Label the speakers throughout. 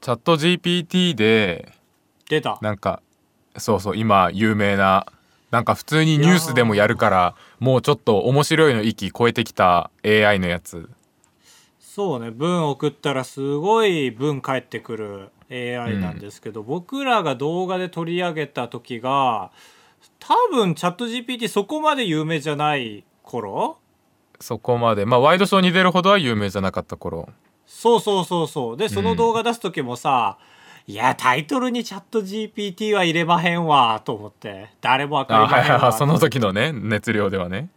Speaker 1: チャット GPT で
Speaker 2: 出た
Speaker 1: なんかそうそう今有名ななんか普通にニュースでもやるからもうちょっと面白いの域超えてきた AI のやつ
Speaker 2: そうね文送ったらすごい文返ってくる AI なんですけど、僕らが動画で取り上げた時が多分チャット GPT そこまで有名じゃない頃
Speaker 1: そこまでまあワイドショーに出るほどは有名じゃなかった頃
Speaker 2: そうそうそうそうでその動画出す時もさ、いやタイトルにチャット GPT は入れまへんわと思って誰も分か
Speaker 1: あ
Speaker 2: りま
Speaker 1: はい
Speaker 2: へん
Speaker 1: はいは
Speaker 2: わ
Speaker 1: いその時のね熱量ではね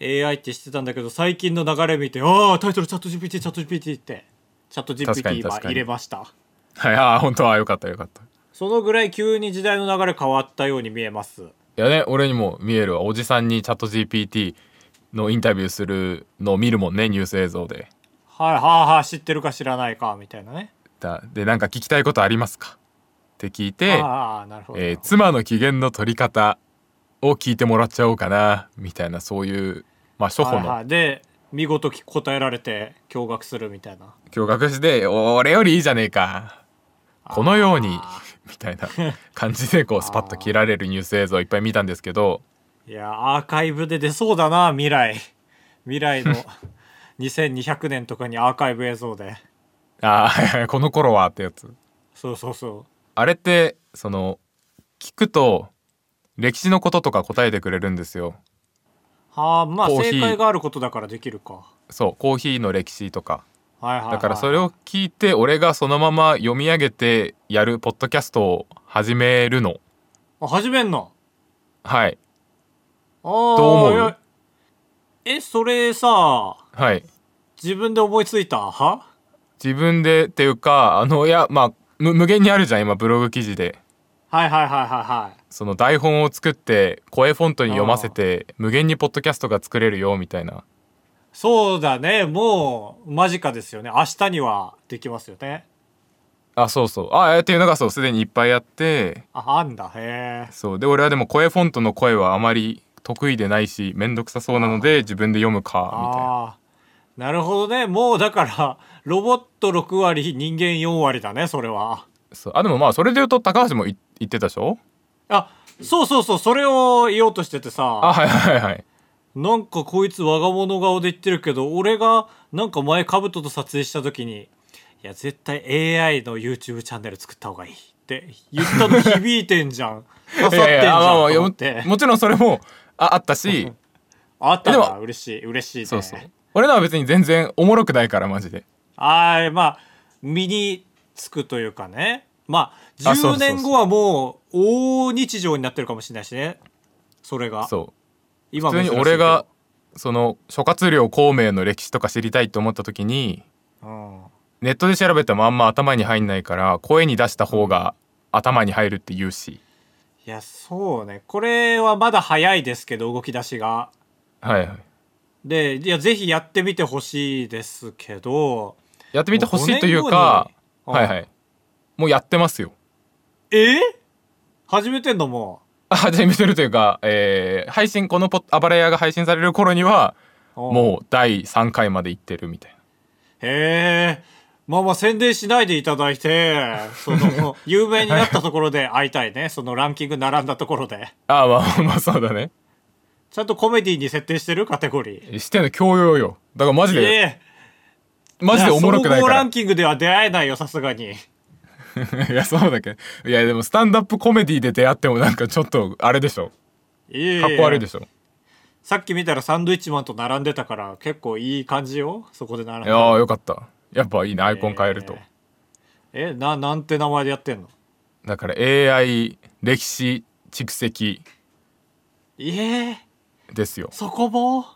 Speaker 2: AI って知ってたんだけど最近の流れ見てああタイトルチャット GPT チャット GPT ってチャット
Speaker 1: 確か
Speaker 2: GPT
Speaker 1: に
Speaker 2: 今
Speaker 1: 確かに
Speaker 2: 入れました
Speaker 1: はいああ本当はよかったよかった
Speaker 2: そのぐらい急に時代の流れ変わったように見えます
Speaker 1: いやね俺にも見えるわおじさんにチャット GPT のインタビューするのを見るもんねニュース映像で
Speaker 2: はいはいはい知ってるか知らないかみたいなね
Speaker 1: だでなんか聞きたいことありますかって聞いて、
Speaker 2: ああなるほど、
Speaker 1: えー妻の機嫌の取り方を聞いてもらっちゃおうかなみたいなそういうまあ初歩
Speaker 2: はいは
Speaker 1: の
Speaker 2: いで見事答えられて驚愕するみたいな
Speaker 1: 驚愕して「俺よりいいじゃねえかこのように」みたい な感じでこうスパッと切られるニュース映像をいっぱい見たんですけど
Speaker 2: いやアーカイブで出そうだな未来未来 の2200年とかにアーカイブ映像で
Speaker 1: ああはいはい この頃はってやつ。
Speaker 2: そうそうそ
Speaker 1: あれってその聞くと歴史のこととか答えてくれるんですよ
Speaker 2: うはあまあ
Speaker 1: コーヒー
Speaker 2: 正解があることだからできるか
Speaker 1: そうコーヒーの歴史とか
Speaker 2: はいはいはい、
Speaker 1: だからそれを聞いて俺がそのまま読み上げてやるポッドキャストを始めるの
Speaker 2: あ始めんの
Speaker 1: はい
Speaker 2: あど
Speaker 1: どう思う
Speaker 2: えそれさ
Speaker 1: はい
Speaker 2: 自分で思いついたは
Speaker 1: 自分でっていうかあのいやまあむ無限にあるじゃん今ブログ記事で
Speaker 2: はいはいはいはいはい
Speaker 1: その台本を作って声フォントに読ませて無限にポッドキャストが作れるよみたいな
Speaker 2: そうだねもう間近ですよね明日にはできますよね
Speaker 1: あそうそうあえっていうのがそうすでにいっぱいあって
Speaker 2: ああんだへえ
Speaker 1: そうで俺はでも声フォントの声はあまり得意でないし面倒くさそうなので自分で読むかみたいな
Speaker 2: ああなるほどねもうだからロボット6割人間4割だねそれは
Speaker 1: そうあでもまあそれで言うと高橋もい言ってたでしょ
Speaker 2: あそうそうそうそれを言おうとしてて
Speaker 1: あ
Speaker 2: さ
Speaker 1: はいはいはい
Speaker 2: なんかこいつ我が物顔で言ってるけど俺がなんか前カブトと撮影した時に「いや絶対 AI の YouTube チャンネル作った方がいい」って言ったの響いてんじゃん刺さ ってんじ
Speaker 1: いやいやあ
Speaker 2: ゃん
Speaker 1: まあまあ
Speaker 2: と思っ
Speaker 1: よ
Speaker 2: て
Speaker 1: もちろんそれもああった し
Speaker 2: あった
Speaker 1: で
Speaker 2: な
Speaker 1: も
Speaker 2: 嬉しい嬉しいね
Speaker 1: そうそう俺のは別に全然おもろくないからマジで
Speaker 2: あーまあ身につくというかねまあ
Speaker 1: あそうそうそう
Speaker 2: 10年後はもう大日常になってるかもしれないしねそれが
Speaker 1: そ
Speaker 2: 今
Speaker 1: う普通に俺が、その諸葛亮孔明の歴史とか知りたいと思った時に
Speaker 2: うん、
Speaker 1: ネットで調べてもあんま頭に入んないから声に出した方が頭に入るって言うし
Speaker 2: いやそうねこれはまだ早いですけど動き出しが
Speaker 1: はいはい
Speaker 2: でいやぜひやってみてほしいですけど
Speaker 1: やってみてほしいというか
Speaker 2: もう
Speaker 1: は
Speaker 2: 五年後に
Speaker 1: いはいもうやってますよ
Speaker 2: え始めてんのも
Speaker 1: あ始めてるというか、えー配信このポッ「あばら屋」が配信される頃には
Speaker 2: ううん
Speaker 1: もう第3回まで行ってるみたいな
Speaker 2: へえ。まあまあ宣伝しないでいただ いて、その、有名になったところで会いたいね。そのランキング並んだところで。
Speaker 1: あーまあまあまあそうだね
Speaker 2: ちゃんとコメディに設定してるカテゴリー。
Speaker 1: してんの教養よだからマジで
Speaker 2: ええ。
Speaker 1: マジでおもろくない
Speaker 2: 総合
Speaker 1: か
Speaker 2: ラ
Speaker 1: ら
Speaker 2: ンキングでは出会えないよ、さすがに。
Speaker 1: いやそうだけどいやでもスタンダップコメディで出会ってもなんかちょっとあれでしょ
Speaker 2: ええ。
Speaker 1: かっこ悪いで
Speaker 2: し
Speaker 1: しょ
Speaker 2: さっき見たらサンドイッチマンと並んでたから、結構いい感じよ。そこで並ん
Speaker 1: い
Speaker 2: で。
Speaker 1: やーよかったやっぱいいねアイコン変えると、
Speaker 2: ええ、な、なんて名前でやってんの
Speaker 1: だから AI 歴史蓄積
Speaker 2: ええ。
Speaker 1: ですよ
Speaker 2: そこも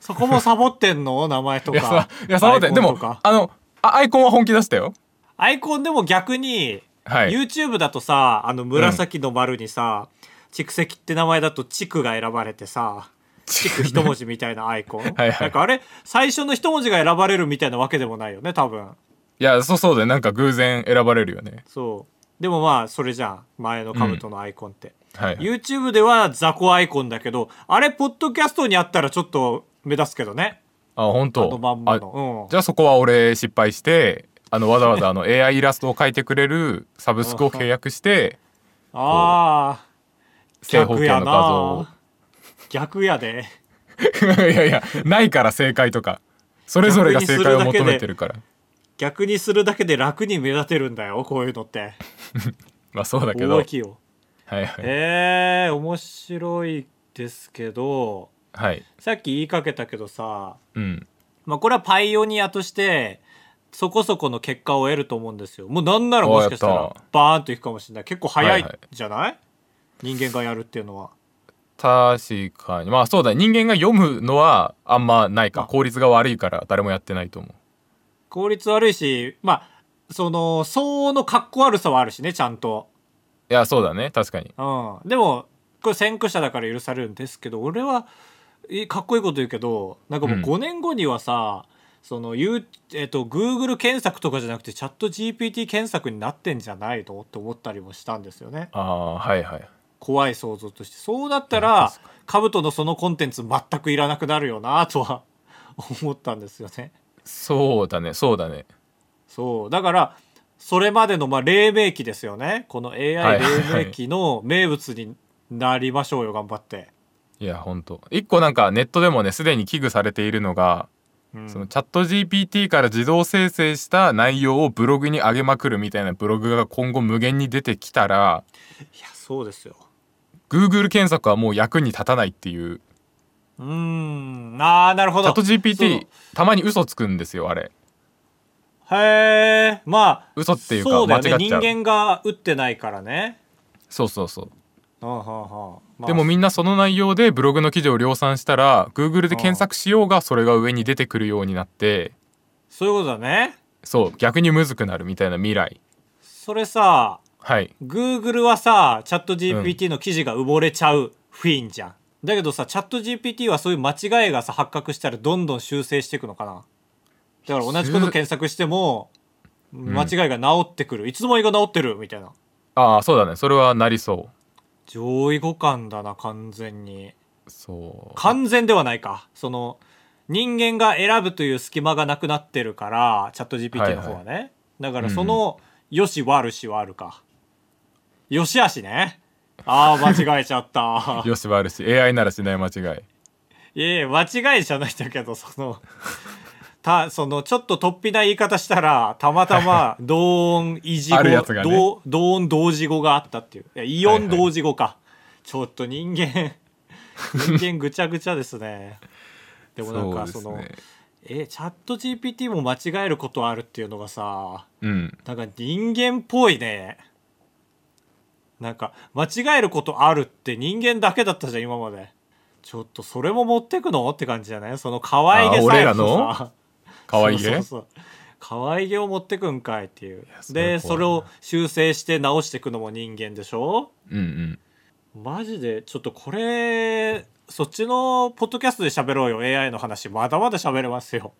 Speaker 2: そこもサボってんの名前と
Speaker 1: いやさ
Speaker 2: か。
Speaker 1: いやさ待ってで
Speaker 2: アイコ
Speaker 1: も
Speaker 2: ンとか
Speaker 1: あのあアイコンは本気出したよ
Speaker 2: アイコンでも逆に、
Speaker 1: はい
Speaker 2: YouTube だとさあの紫の丸にさ、蓄積って名前だと地区が選ばれてさ地区一文字み たいなアイコン
Speaker 1: はい
Speaker 2: なんかあれ最初の一文字が選ばれるみたいなわけでもないよね多分
Speaker 1: いやそうそうだよなんか偶然選ばれるよね
Speaker 2: そうでもまあそれじゃん前のカブトのアイコンって、
Speaker 1: はい、
Speaker 2: YouTube では雑魚アイコンだけどあれポッドキャストにあったらちょっと目立つけどね
Speaker 1: あ本当
Speaker 2: あのまんまのうん
Speaker 1: じゃあそこは俺失敗してあのわざわざあの AI イラストを描いてくれるサブスクを契約 して
Speaker 2: ああ
Speaker 1: 正方形の画像を
Speaker 2: 逆やで
Speaker 1: いやいやないから正解とかそれぞれが正解を求めてるから
Speaker 2: 逆にするだけで楽に目立てるんだよこういうのって
Speaker 1: まあそうだけど
Speaker 2: 大きいよ
Speaker 1: はいはい、
Speaker 2: えー、面白いですけど
Speaker 1: はい
Speaker 2: さっき言いかけたけどさ、
Speaker 1: うん、
Speaker 2: まあ、これはパイオニアとしてそこそこの結果を得ると思うんですよもうなんならもしかした
Speaker 1: おーや
Speaker 2: ら
Speaker 1: った
Speaker 2: バーンといくかもしれない結構早
Speaker 1: はい
Speaker 2: い
Speaker 1: はい
Speaker 2: じゃない、人間がやるっていうのは
Speaker 1: 確かにまあそうだ人間が読むのはあんまないか
Speaker 2: あ
Speaker 1: 効率が悪いから誰もやってないと思う
Speaker 2: 効率悪いしまあその相応のかっこ悪さはあるしねちゃんと
Speaker 1: いやそうだね確かに
Speaker 2: うんでもこれ先駆者だから許されるんですけど俺はいかっこいいこと言うけどなんかもう
Speaker 1: うん
Speaker 2: 5年後にはさ、そのゆえっと Google 検索とかじゃなくてチャット GPT 検索になってんじゃないのって思ったりもしたんですよね
Speaker 1: ああはいはい
Speaker 2: 怖い想像としてそうだった
Speaker 1: いや
Speaker 2: ら
Speaker 1: 確
Speaker 2: カブトのそのコンテンツ全くいらなくなるよなとは 思ったんですよね
Speaker 1: そうだねそうだね
Speaker 2: そうだからそれまでのまあ黎明期ですよねこの AI
Speaker 1: い
Speaker 2: 黎明期の名物になりましょうよ頑張って、
Speaker 1: いや本当一個なんかネットでもねすでに危惧されているのが、
Speaker 2: うん
Speaker 1: そのチャット GPT から自動生成した内容をブログに上げまくるみたいなブログが今後無限に出てきたら
Speaker 2: いやそうですよ
Speaker 1: Google 検索はもう役に立たないっていう
Speaker 2: うーんああなるほ
Speaker 1: チ
Speaker 2: ど
Speaker 1: ャット
Speaker 2: そ
Speaker 1: GPT たまに嘘つくんですよあれ
Speaker 2: うへえまあ
Speaker 1: 嘘っていうか
Speaker 2: そうだよね
Speaker 1: 間違っちゃう
Speaker 2: 人間が打ってないからね
Speaker 1: そうそうそう
Speaker 2: はあはあはあまあ
Speaker 1: でもみんなその内容でブログの記事を量産したら Google で検索しようがそれが上に出てくるようになって
Speaker 2: そういうことだね
Speaker 1: そう逆にむずくなるみたいな未来
Speaker 2: それさ
Speaker 1: はい
Speaker 2: Google はさチャット GPT の記事が埋もれちゃうフィンじゃん、だけどさチャット GPT はそういう間違いがさ発覚したらどんどん修正していくのかなだから同じこと検索しても間違いが治ってくる、いつの間にか治ってるみたいな
Speaker 1: ああそうだねそれはなりそ
Speaker 2: 上位互換だな完全に
Speaker 1: うそう
Speaker 2: 完全ではないかその人間が選ぶという隙間がなくなってるからチャット GPT の方はね、だからその良し悪しはあるか、良し悪しねああ間違えちゃった
Speaker 1: よし悪し AI ならしない間違い
Speaker 2: いえいえ間違いじゃないんだけどその たそのちょっと突飛な言い方したらたまた ま同音異字語、
Speaker 1: あるやつがね
Speaker 2: 同同音同時語があったっていういや異
Speaker 1: は
Speaker 2: 音
Speaker 1: いはい
Speaker 2: 同時語か、ちょっと 人間人間ぐちゃぐちゃですねでもなんかその
Speaker 1: ね
Speaker 2: えチャット GPT も間違えることあるっていうのがさ
Speaker 1: うん
Speaker 2: なんか人間っぽいねなんか間違えることあるって人間だけだったじゃん今までちょっとそれも持ってくのって感じじゃないその可愛げ
Speaker 1: あー
Speaker 2: さ
Speaker 1: 俺
Speaker 2: え
Speaker 1: ら
Speaker 2: も
Speaker 1: の
Speaker 2: さ
Speaker 1: 可愛い
Speaker 2: そう
Speaker 1: げ
Speaker 2: そうそう可愛げを持ってくんかいっていう
Speaker 1: それは怖い
Speaker 2: で
Speaker 1: な
Speaker 2: それを修正して直していくのも人間でしょ
Speaker 1: うんうん
Speaker 2: マジでちょっとこれそっちのポッドキャストで喋ろうよ AI の話まだまだ喋れますよ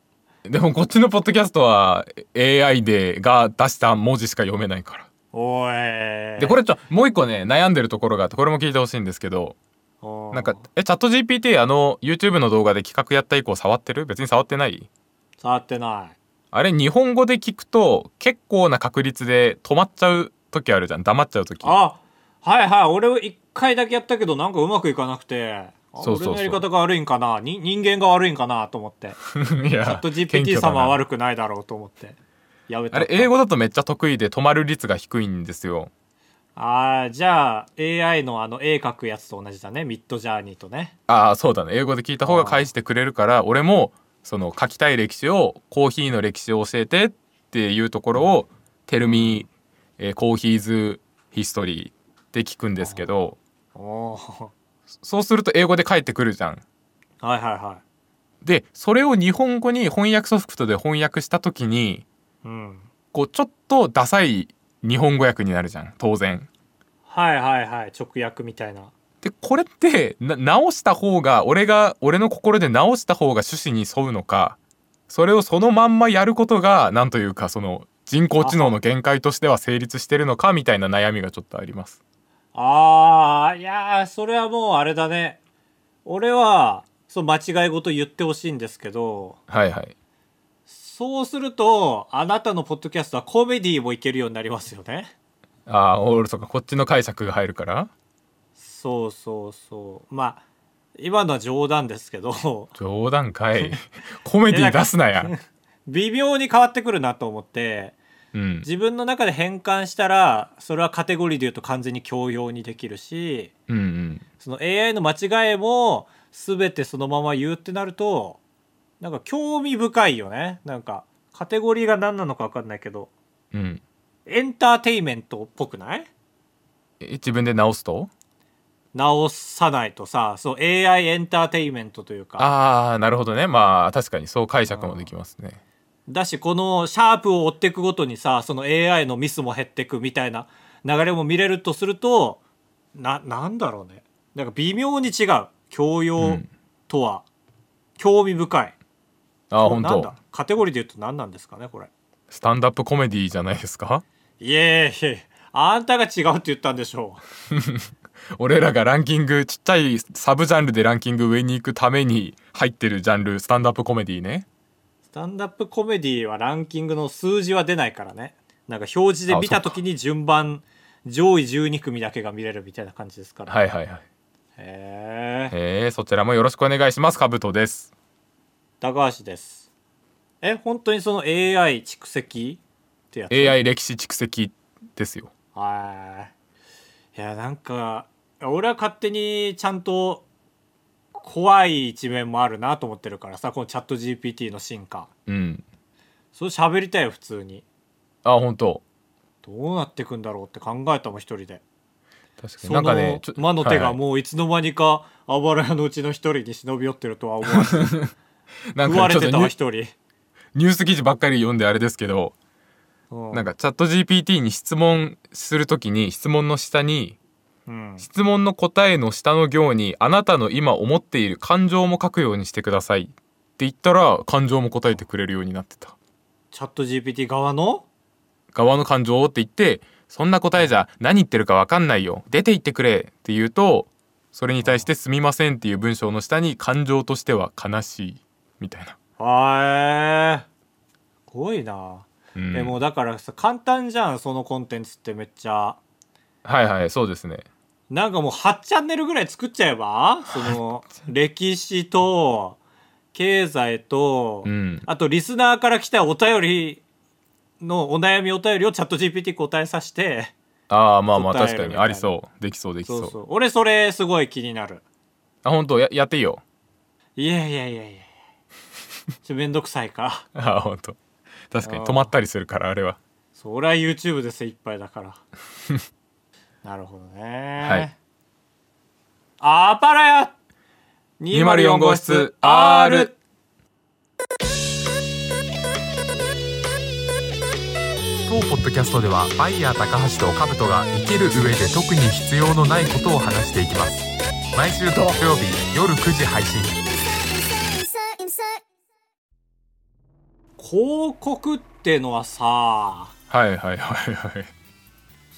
Speaker 1: でもこっちのポッドキャストは AI でが出した文字しか読めないから
Speaker 2: おい
Speaker 1: でこれちょもう一個ね悩んでるところがあってこれも聞いてほしいんですけど
Speaker 2: な
Speaker 1: なんかえチャット GPT あの YouTube の動画で企画やった以降触ってる別に触ってない
Speaker 2: 触ってない
Speaker 1: あれ日本語で聞くと結構な確率で止まっちゃう時あるじゃん黙っちゃう時
Speaker 2: あはいはい俺は一回だけやったけどなんかうまくいかなくてあ
Speaker 1: そうそうそう
Speaker 2: 俺のやり方が悪いんかなに人間が悪いんかなと思って
Speaker 1: いや
Speaker 2: チャット
Speaker 1: 謙虚
Speaker 2: GPT
Speaker 1: だ
Speaker 2: 様
Speaker 1: な
Speaker 2: は悪くないだろうと思ってやめた
Speaker 1: あれ英語だとめっちゃ得意で止まる率が低いんですよ
Speaker 2: あーじゃあ AI のあの絵描くやつと同じだねミッドジャーニーとね
Speaker 1: ああそうだね英語で聞いた方が返してくれるから俺もその書きたい歴史をコーヒーの歴史を教えてっていうところを「Tell me えーコーヒーズヒストリー」って聞くんですけど
Speaker 2: おー
Speaker 1: そうすると英語で返ってくるじゃん。
Speaker 2: はいはいは
Speaker 1: でそれを日本語に翻訳ソフトで翻訳した時に
Speaker 2: いうん
Speaker 1: こうちょっとダサい日本語訳になるじゃん当然。
Speaker 2: はいはいはい直訳みたいな
Speaker 1: でこれってな直した方が俺が俺の心で直した方が趣旨に沿うのかそれをそのまんまやることがなんというかその人工知能の限界としては成立してるのかみたいな悩みがちょっとあります。
Speaker 2: あーいやーそれはもうあれだね俺はそう間違い事言ってほしいんですけど
Speaker 1: はいはい。
Speaker 2: そうすると、あなたのポッドキャストはコメディもいけるようになりますよね。
Speaker 1: ああオールそうかこっちの解釈が入るから
Speaker 2: そうそうそう。まあ、今のは冗談ですけど、
Speaker 1: 冗談か いコメディ出すなや
Speaker 2: 微妙に変わってくるなと思って、
Speaker 1: うん
Speaker 2: 自分の中で変換したら、それはカテゴリーで言うと完全に教養にできるし、
Speaker 1: うんうん
Speaker 2: その AI の間違いも全てそのまま言うってなるとなんか興味深いよねなんかカテゴリーが何なのか分かんないけど
Speaker 1: うん
Speaker 2: エンターテイメントっぽくない
Speaker 1: え自分で直すと
Speaker 2: 直さないとさそう AI エンターテイメントというか
Speaker 1: ああなるほどねまあ確かにそう解釈もできますね
Speaker 2: だしこのシャープを追っていくごとにさその AI のミスも減ってくみたいな流れも見れるとするとななんだろうねなんか微妙に違う教
Speaker 1: う
Speaker 2: 養
Speaker 1: ん
Speaker 2: とは興味深い
Speaker 1: ああ
Speaker 2: これ
Speaker 1: 本
Speaker 2: なん
Speaker 1: 当
Speaker 2: だカテゴリーで言うと何なんですかねこれ
Speaker 1: スタンダップコメディじゃないですか
Speaker 2: いえいえあんたが違うって言ったんでしょ
Speaker 1: 俺らがランキングちっちゃいサブジャンルでランキング上に行くために入ってるジャンルスタンダップコメディね
Speaker 2: うスタンダップコメディはランキングの数字は出ないからねなんか表示で見た時に順番上位12組だけが見れるみたいな感じですから、
Speaker 1: はいはいはい
Speaker 2: へえ
Speaker 1: えー、そちらもよろしくお願いしますカブトです
Speaker 2: 高橋ですえ本当にその AI 蓄積ってやつ
Speaker 1: AI 歴史蓄積ですよ
Speaker 2: はいいやなんか俺は勝手にちゃんと怖い一面もあるなと思ってるからさこのチャット GPT の進化
Speaker 1: うん
Speaker 2: それ喋りたいよ普通に
Speaker 1: あ本当
Speaker 2: どうなってくんだろうって考えたもん一人で
Speaker 1: 確か
Speaker 2: そ
Speaker 1: になんかね
Speaker 2: の
Speaker 1: ちょ
Speaker 2: 魔の手
Speaker 1: は
Speaker 2: が
Speaker 1: いはい
Speaker 2: もういつの間にかあばら屋のうちの一人に忍び寄ってるとは思わず
Speaker 1: なん
Speaker 2: 食わ
Speaker 1: か
Speaker 2: れ
Speaker 1: ちょってと
Speaker 2: た
Speaker 1: ニ
Speaker 2: わ
Speaker 1: ュ
Speaker 2: 一人、
Speaker 1: ニュース記事ばっかり読んであれですけど
Speaker 2: うん、
Speaker 1: なんかチャット GPT に質問するときに質問の下に
Speaker 2: うん
Speaker 1: 質問の答えの下の行にあなたの今思っている感情も書くようにしてくださいって言ったら感情も答えてくれるようになってた
Speaker 2: チャット GPT 側の
Speaker 1: 側の感情をって言ってそんな答えじゃ何言ってるか分かんないよ出て行ってくれって言うとそれに対して「すみません」っていう文章の下に感情としては悲しいみたいな、
Speaker 2: はえすごいな、
Speaker 1: うん
Speaker 2: えもうだからさ簡単じゃんそのコンテンツってめっちゃ
Speaker 1: はいはいそうですね
Speaker 2: なんかもう8チャンネルぐらい作っちゃえばその歴史と経済と、
Speaker 1: うん
Speaker 2: あとリスナーから来たお便りのお悩みお便りをチャット GPT 答えさせて
Speaker 1: ああまあまあ
Speaker 2: 答える
Speaker 1: 確か
Speaker 2: み
Speaker 1: に
Speaker 2: たいな
Speaker 1: ありそうできそうできそ
Speaker 2: そううそう俺それすごい気になる
Speaker 1: あ本当ややっていいよ
Speaker 2: いやいやいやいやちょめんどくさいか
Speaker 1: あ本当確かに
Speaker 2: あー
Speaker 1: 止まったりするからあれは
Speaker 2: そりゃ YouTube で精一杯だから なるほどね
Speaker 1: はい
Speaker 2: あばらや
Speaker 1: 204号室 R 当ポッドキャストではバイヤー高橋と兜が生きる上で特に必要のないことを話していきます毎週土曜日夜9時配信
Speaker 3: insert, insert.
Speaker 2: 広告ってのはさ
Speaker 1: はいはいはいはい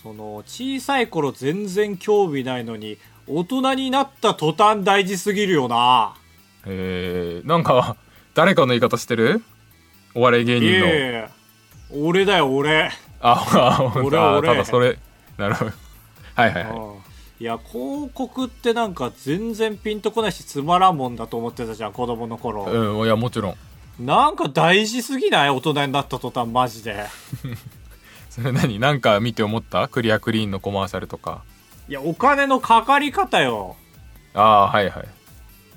Speaker 2: その小さい頃全然興味ないのに大人になった途端大事すぎるよな
Speaker 1: えー、なんか誰かの言い方してるお笑い芸
Speaker 2: い
Speaker 1: 人の、
Speaker 2: え俺だよ俺、
Speaker 1: ああ本
Speaker 2: 俺
Speaker 1: 当あ
Speaker 2: 俺
Speaker 1: ただそれなるほどはいはいはい
Speaker 2: うんいや広告ってなんか全然ピンとこないしつまらんもんだと思ってたじゃん子供の頃、
Speaker 1: うんいやもちろん
Speaker 2: なんか大事すぎない大人になった途端マジで
Speaker 1: それ何なんか見て思ったクリアクリーンのコマーシャルとか
Speaker 2: いやお金のかかり方よ
Speaker 1: ああーはいはい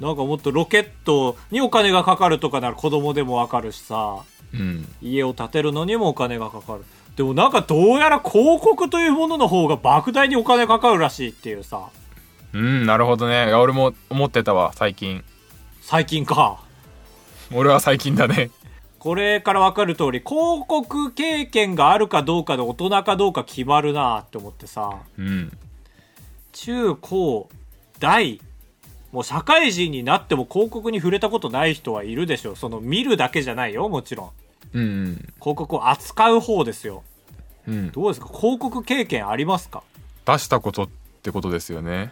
Speaker 2: なんかもっとロケットにお金がかかるとかなら子供でもわかるしさ
Speaker 1: うん
Speaker 2: 家を建てるのにもお金がかかるでもなんかどうやら広告というものの方が莫大にお金かかるらしいっていうさ
Speaker 1: うんなるほどねいや俺も思ってたわ最近
Speaker 2: 最近か
Speaker 1: 俺は最近だね
Speaker 2: これから分かる通り広告経験があるかどうかで大人かどうか決まるなって思ってさ
Speaker 1: うん
Speaker 2: 中高大もう社会人になっても広告に触れたことない人はいるでしょその見るだけじゃないよもちろん
Speaker 1: うん
Speaker 2: 広告を扱う方ですよ
Speaker 1: うんうん
Speaker 2: どうですか広告経験ありますか
Speaker 1: 出したことってことですよね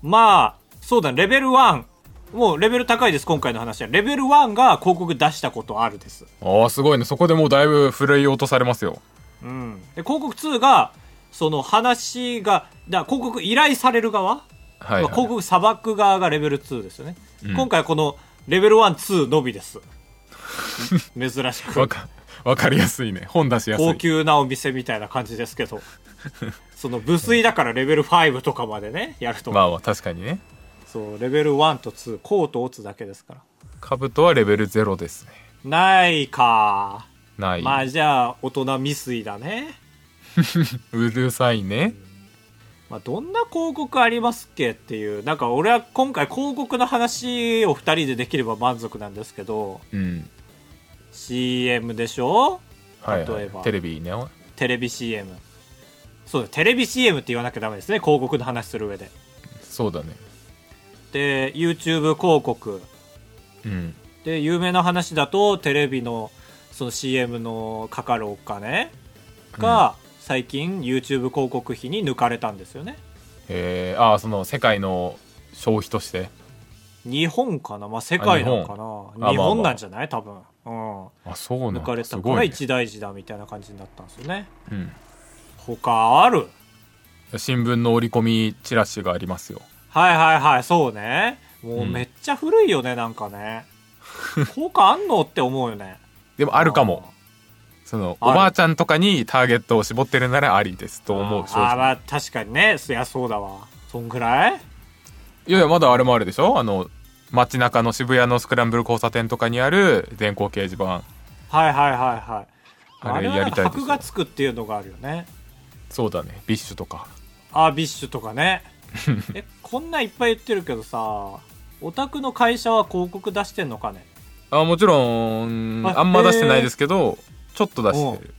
Speaker 2: まあそうだねレベル1もうレベル高いです今回の話はレベル1が広告出したことあるです、
Speaker 1: ああすごいねそこでもうだいぶふるい落とされますよ
Speaker 2: うん、で広告2がその話がだから広告依頼される側、
Speaker 1: はい、
Speaker 2: まあ広告砂漠側がレベル2ですよね、
Speaker 1: うん
Speaker 2: 今回はこのレベル12のみです 珍し
Speaker 1: わ
Speaker 2: く
Speaker 1: かわかりやすいね本出しやすい
Speaker 2: 高級なお店みたいな感じですけどその無水だからレベル5とかまでねやると、
Speaker 1: まあまあ確かにね
Speaker 2: そうレベル1と2コート打つだけですから
Speaker 1: 兜はレベルゼロですね
Speaker 2: ないか
Speaker 1: ない、
Speaker 2: まあじゃあ大人未遂だね
Speaker 1: うるさいね
Speaker 2: まあ、どんな広告ありますっけっていうなんか俺は今回広告の話を2人でできれば満足なんですけど
Speaker 1: うん
Speaker 2: CM でしょ
Speaker 1: はい、は
Speaker 2: 例え
Speaker 1: い
Speaker 2: ば、
Speaker 1: テレビね
Speaker 2: テレビ CM そうだテレビ CM って言わなきゃダメですね広告の話する上で
Speaker 1: そうだね
Speaker 2: で YouTube 広告
Speaker 1: うん
Speaker 2: で有名な話だとテレビのその CM のかかるお金が最近 YouTube 広告費に抜かれたんですよね
Speaker 1: えー、ああその世界の消費として
Speaker 2: 日本かなまあ世界なのかな
Speaker 1: あ日本あま
Speaker 2: 日
Speaker 1: あまあ
Speaker 2: 本なんじゃない多分うん
Speaker 1: あそうな
Speaker 2: 抜
Speaker 1: ん
Speaker 2: かれ
Speaker 1: だ
Speaker 2: た
Speaker 1: す
Speaker 2: から
Speaker 1: ごい、ね
Speaker 2: 一大事だみたいな感じになったんですよね
Speaker 1: うん、
Speaker 2: 他ある
Speaker 1: 新聞の折り込みチラシがありますよ
Speaker 2: はいはいはいそうねもう
Speaker 1: うん
Speaker 2: めっちゃ古いよねなん かね効果あんのって思うよね
Speaker 1: でもあるかもその
Speaker 2: ある
Speaker 1: おばあちゃんとかにターゲットを絞ってるならありですと思う正
Speaker 2: あー
Speaker 1: 直
Speaker 2: まあ確かにねそりゃそうだわそんぐらい
Speaker 1: いやいやまだあれもあるでしょあの街中の渋谷のスクランブル交差点とかにある電光掲示板
Speaker 2: はいはいはいはいあ
Speaker 1: あ
Speaker 2: れ
Speaker 1: れ
Speaker 2: は
Speaker 1: やりたいです
Speaker 2: 箔がつくっていうのがあるよね
Speaker 1: そうだねビッシュとか
Speaker 2: あービッシュとか ねえこんないっぱい言ってるけどさお宅の会社は広告出してんのかね
Speaker 1: あもちろん
Speaker 2: あ
Speaker 1: あんま出してないですけどちょっと出してる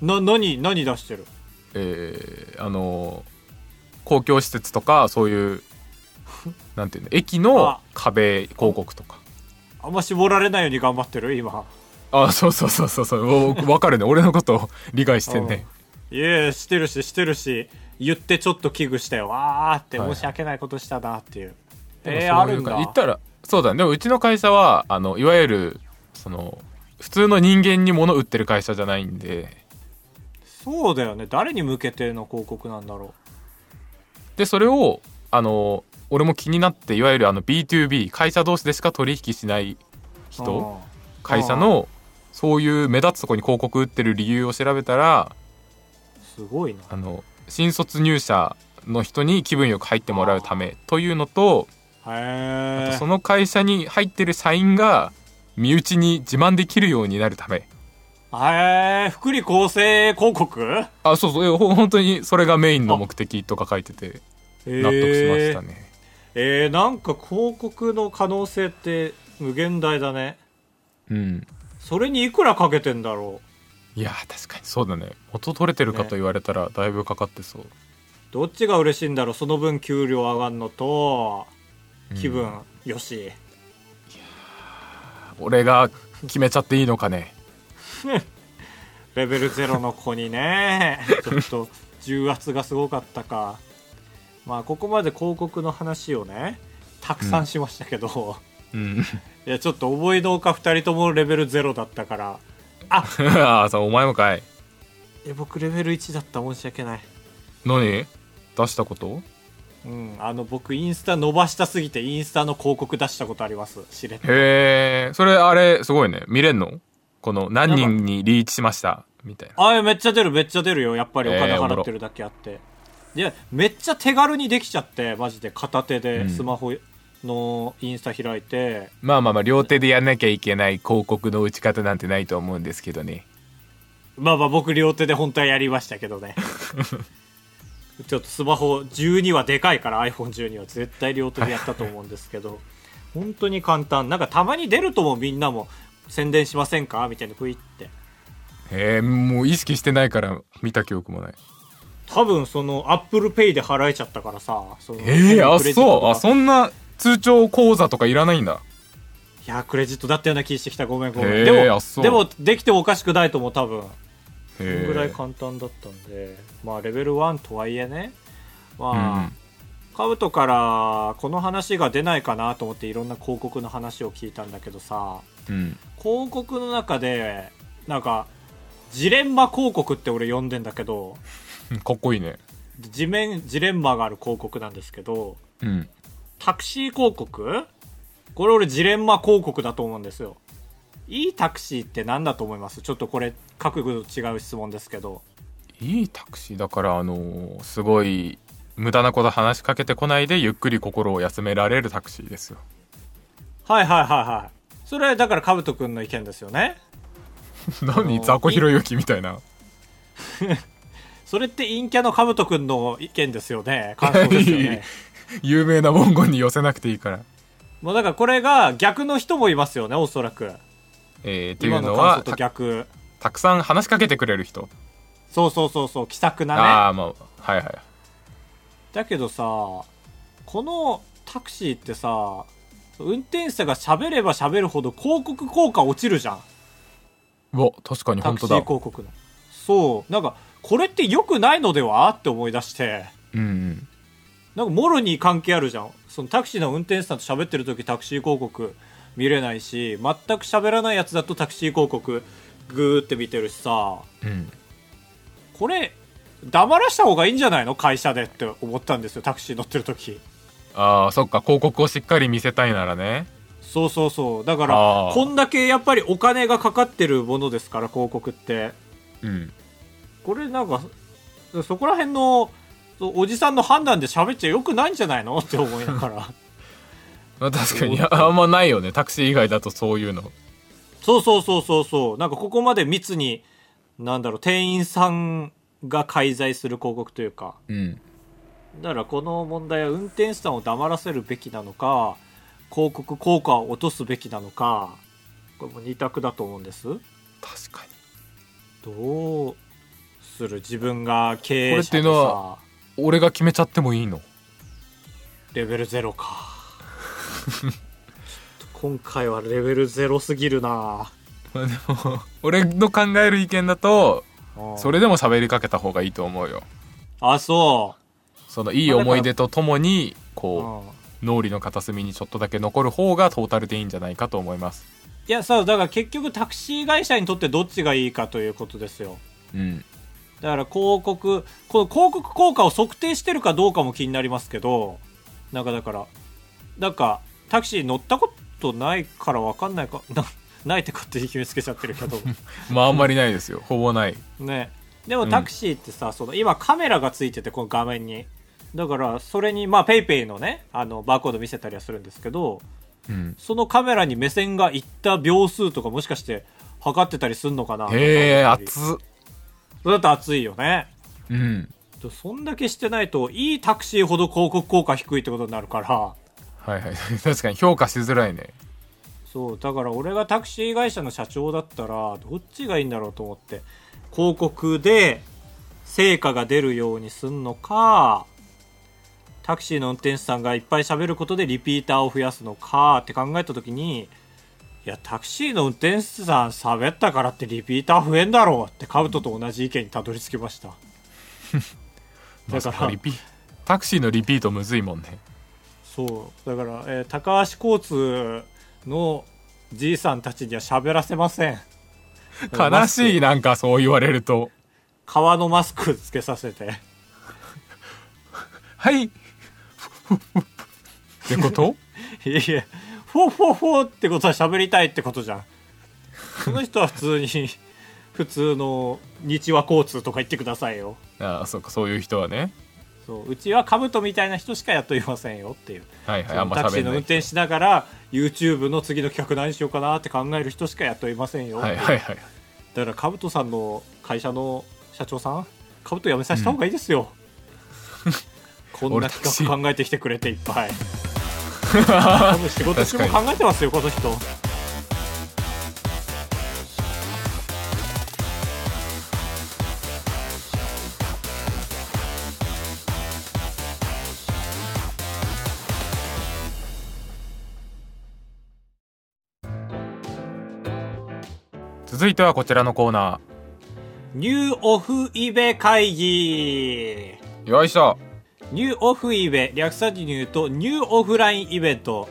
Speaker 2: な何何出してる
Speaker 1: えーあの公共施設とかそういうなんていうの駅の
Speaker 2: あ
Speaker 1: 壁広告とか
Speaker 2: あんま絞られないように頑張ってる今
Speaker 1: あそうそうそうそうそうお分かるね俺のことを理解してんね
Speaker 2: いえしてるししてるし言ってちょっと危惧したよわーって
Speaker 1: はいはい
Speaker 2: 申し訳ないことしたなっていう、
Speaker 1: でも
Speaker 2: え
Speaker 1: そう
Speaker 2: ー、あ
Speaker 1: い
Speaker 2: る
Speaker 1: うんか
Speaker 2: だ
Speaker 1: 言ったらそうだねでもうちの会社はあのいわゆるその普通の人間に物売ってる会社じゃないんで
Speaker 2: そうだよね誰に向けての広告なんだろ
Speaker 1: でそれをあの俺も気になっていわゆるあの B2B 会社同士でしか取引しないう人会社のそういう目立つとこに広告売ってる理由を調べたら
Speaker 2: うんすごいな
Speaker 1: あの新卒入社の人に気分よく入ってもらうためというのと
Speaker 2: へえ
Speaker 1: その会社に入ってる社員が身内に自慢できるようになるため
Speaker 2: へえ福利厚生広告へ
Speaker 1: あそうそうえほ本当にそれがメインの目的とか書いてて納得しました
Speaker 2: ね
Speaker 1: ね、
Speaker 2: えー、なんか広告の可能性って無限大だね
Speaker 1: うん
Speaker 2: それにいくらかけてんだろう
Speaker 1: いやー確かにそうだね元取れてるかと言われたらだいぶかかってそう、
Speaker 2: どっちが嬉しいんだろうその分給料上がんのと
Speaker 1: うん
Speaker 2: 気分よし、
Speaker 1: 俺が決めちゃっていいのかね
Speaker 2: レベル0の子にね ちょっと重圧がすごかったかまあここまで広告の話をねたくさんしましたけど、
Speaker 1: うん
Speaker 2: いやちょっと思いのほか2人ともレベル0だったから
Speaker 1: ああさお前もかい
Speaker 2: え僕レベル1だった申し訳ない
Speaker 1: 何出したこと
Speaker 2: うんあの僕インスタ伸ばしたすぎてインスタの広告出したことありますしれっと
Speaker 1: へえそれあれすごいね見れんのこの何人にリーチしましたみたいな
Speaker 2: あめっちゃ出るめっちゃ出るよやっぱりお
Speaker 1: え
Speaker 2: 金
Speaker 1: ーおも
Speaker 2: 払
Speaker 1: ろ
Speaker 2: ってるだけあって、でめっちゃ手軽にできちゃってマジで片手でスマホのインスタ開いて、
Speaker 1: まあまあまあ両手でやんなきゃいけない広告の打ち方なんてないと思うんですけどね
Speaker 2: まあまあ僕両手で本当はやりましたけ どねちょっとスマホ12はでかいから iPhone12 は絶対両手でやったと思うんですけど本当に簡単なんかたまに出るともみんなも宣伝しませんかみたいなふいって
Speaker 1: へえもう意識してないから見た記憶もない
Speaker 2: 多分その ApplePay で払えちゃったからさその
Speaker 1: ええあ
Speaker 2: クレジ
Speaker 1: そ
Speaker 2: ットと
Speaker 1: う
Speaker 2: か
Speaker 1: あそんな通帳口座とかいらないんだ
Speaker 2: いやクレジットだったような気してきたごめんごめん、
Speaker 1: へー
Speaker 2: でも
Speaker 1: あそう
Speaker 2: でもできてもおかしくないと思う多分
Speaker 1: へ
Speaker 2: そ
Speaker 1: え
Speaker 2: のぐらい簡単だったんで、まあレベル1とはいえねまあ、カブトからこの話が出ないかなと思っていろんな広告の話を聞いたんだけどさ
Speaker 1: うん
Speaker 2: 広告の中でなんかジレンマ広告って俺呼んでんだけど
Speaker 1: かっこいいね
Speaker 2: 地面ジレンマがある広告なんですけど
Speaker 1: うん
Speaker 2: タクシー広告これ俺ジレンマ広告だと思うんですよいいタクシーって何だと思いますちょっとこれ角度違う質問ですけど
Speaker 1: いいタクシーだからあのーすごい無駄なこと話しかけてこないでゆっくり心を休められるタクシーです よ
Speaker 2: はいはいはいはいそれはだからカブト君の意見ですよね
Speaker 1: 何雑魚ひろゆきみたいな
Speaker 2: それって陰キャのカブト君の意見です よね感想ですよ
Speaker 1: いい
Speaker 2: ね
Speaker 1: 有名な文言に寄せなくていいから、
Speaker 2: もうだからこれが逆の人もいますよねおそらく
Speaker 1: えーってい
Speaker 2: 今
Speaker 1: うの
Speaker 2: の感想
Speaker 1: は
Speaker 2: と
Speaker 1: た
Speaker 2: 逆
Speaker 1: たくさん話しかけてくれる人
Speaker 2: そうそうそうそう気さくなね
Speaker 1: ああまあはいはい
Speaker 2: だけどさこのタクシーってさ運転手さんが喋れば喋るほど広告効果落ちるじゃん
Speaker 1: うわ確かに
Speaker 2: タ
Speaker 1: 本
Speaker 2: クシ
Speaker 1: 当
Speaker 2: ー
Speaker 1: だ
Speaker 2: 広告のそうなんかこれって良くないのではって思い出して
Speaker 1: うんうん
Speaker 2: なんかもろに関係あるじゃんそのタクシーの運転手さんと喋ってる時タクシー広告見れないし全く喋らないやつだとタクシー広告グーって見てるしさ
Speaker 1: うん
Speaker 2: これ黙らした方がいいんじゃないの会社でって思ったんですよタクシー乗ってる時
Speaker 1: ああそっか広告をしっかり見せたいならね
Speaker 2: そうそうそうだか
Speaker 1: あ
Speaker 2: ら
Speaker 1: ー
Speaker 2: こんだけやっぱりお金がかかってるものですから広告って
Speaker 1: うん
Speaker 2: これなんかそこら辺のそうおじさんの判断で喋っちゃよくないんじゃないのって思いながら
Speaker 1: まあ確かにああんまないよねタクシー以外だとそういうの
Speaker 2: そうそうそうそうそうなんかここまで密になんだろう店員さんが介在する広告というか
Speaker 1: うん
Speaker 2: だからこの問題は運転手さんを黙らせるべきなのか広告効果を落とすべきなのかこれも二択だと思うんです
Speaker 1: 確か
Speaker 2: どうする自分が経営
Speaker 1: これってい
Speaker 2: 者
Speaker 1: う
Speaker 2: で
Speaker 1: のは
Speaker 2: さ
Speaker 1: に俺が決めちゃってもいいの
Speaker 2: レベルゼロか ちょっと今回はレベルゼロすぎるな
Speaker 1: まあでも 俺の考える意見だと
Speaker 2: うん
Speaker 1: それでも喋りかけた方がいいと思うよ
Speaker 2: あそ
Speaker 1: そのいい思い出とともに
Speaker 2: う、う
Speaker 1: こ
Speaker 2: ん
Speaker 1: う脳裏の片隅にちょっとだけ残る方がトータルでいいんじゃないかと思います
Speaker 2: いやさだから結局タクシー会社にとってどっちがいいかということですよ
Speaker 1: うん
Speaker 2: だから広告この広告効果を測定してるかどうかも気になりますけどなんかだからなんかタクシー乗ったことないから分かんないか なないって勝手に決めつけちゃってる けど
Speaker 1: まああんまりないですよほぼない
Speaker 2: ねでも
Speaker 1: うん
Speaker 2: タクシーってさ、その今カメラがついててこの画面にだからそれにまあ PayPay のねあのバーコード見せたりはするんですけど
Speaker 1: うん
Speaker 2: そのカメラに目線がいった秒数とかもしかして測ってたりすんのかな
Speaker 1: へえ
Speaker 2: なんか
Speaker 1: 熱っ
Speaker 2: それだと熱いよね
Speaker 1: うん
Speaker 2: そんだけしてないといいタクシーほど広告効果低いってことになるから
Speaker 1: はいはい 確かに評価しづらいね
Speaker 2: そうだから俺がタクシー会社の社長だったらどっちがいいんだろうと思って広告で成果が出るようにすんのかタクシーの運転手さんがいっぱい喋ることでリピーターを増やすのかって考えた時にいやタクシーの運転手さん喋ったからってリピーター増えんだろうってカブトと同じ意見にたどり着きましただから
Speaker 1: まさリピタクシーのリピートむずいもんね
Speaker 2: そうだから、えー高橋交通のじいさんたちには喋らせません
Speaker 1: 悲しい
Speaker 2: な
Speaker 1: なんかそう言われると
Speaker 2: 革のマスクつけさせて
Speaker 1: はい ってこと
Speaker 2: いえいえフォーフォーフォーってことは喋りたいってことじゃんその人は普通に 普通の日和交通とか言ってくださいよ
Speaker 1: ああそうかそういう人はね
Speaker 2: そううちは兜みたいな人しか雇いませんよっていう
Speaker 1: はいはいあんま
Speaker 2: タクシ
Speaker 1: 喋
Speaker 2: ー
Speaker 1: ん
Speaker 2: の
Speaker 1: ない
Speaker 2: 運転しながら YouTube の次の企画何しようかなって考える人しか雇いませんよって
Speaker 1: は
Speaker 2: いう
Speaker 1: いはいはい
Speaker 2: だからカブトさんの会社の社長さんカブト辞めさせた方がいいですよ、こんな
Speaker 1: 俺タクシ
Speaker 2: 企
Speaker 1: ー
Speaker 2: 画考えてきてくれていっぱい多分仕事中も考えてますよこの人
Speaker 1: 続いてはこちらのコーナ
Speaker 2: ニューオフイベ会議
Speaker 1: ーよいしょ
Speaker 2: ニューオフイベ略さずに言うとニューオフラインイベント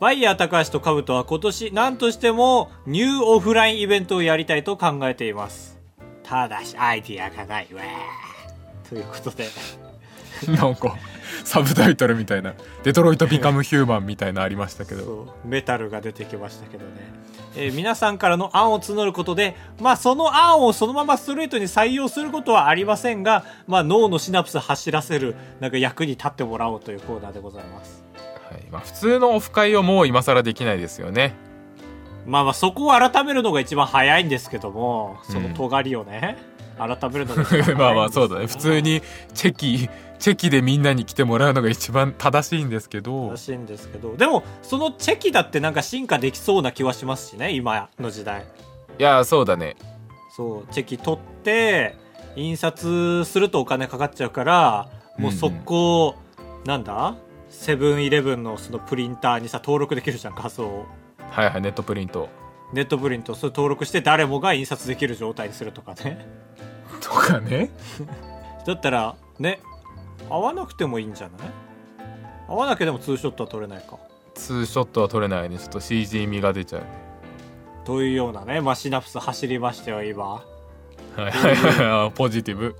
Speaker 2: バイヤー高橋とカブトは今年何としてもニューオフラインイベントをやりたいと考えていますただしアイディアがないわーということで
Speaker 1: なんかサブタイトルみたいな「デトロイト・ビカム・ヒューマン」みたいなありましたけど
Speaker 2: そうメタルが出てきましたけどね、えー皆さんからの案を募ることでまあその案をそのままストレートに採用することはありませんが、まあ、脳のシナプス走らせるなんか役に立ってもらおうというコーナーでございます
Speaker 1: はいまあ、普通のオフ会をもう今更できないですよね
Speaker 2: まあまあそこを改めるのが一番早いんですけどもその尖りをね、改めるのが一番早いんです
Speaker 1: まあまあそうだね普通
Speaker 2: に
Speaker 1: にチェキチェキでみんなに来てもらうのが一番正しいんですけど
Speaker 2: らしいんですけどでもそのチェキだってなんか進化できそうな気はしますしね今の時代
Speaker 1: いやそうだね
Speaker 2: そうチェキ取って印刷するとお金かかっちゃうからもう速攻、なんだセブンイレブンのそのプリンターにさ登録できるじゃん画像を
Speaker 1: はいはいネットプリント
Speaker 2: ネットプリントそれ登録して誰もが印刷できる状態にするとかね
Speaker 1: とかね
Speaker 2: だったらね合わなくてもいいんじゃない合わなくてもツーショットは撮れないか
Speaker 1: ツーショットは撮れないねちょっと CG 味が出ちゃう
Speaker 2: というようなね、まあ、シナプス走りましたよ今
Speaker 1: はいはいはいはいポジティブ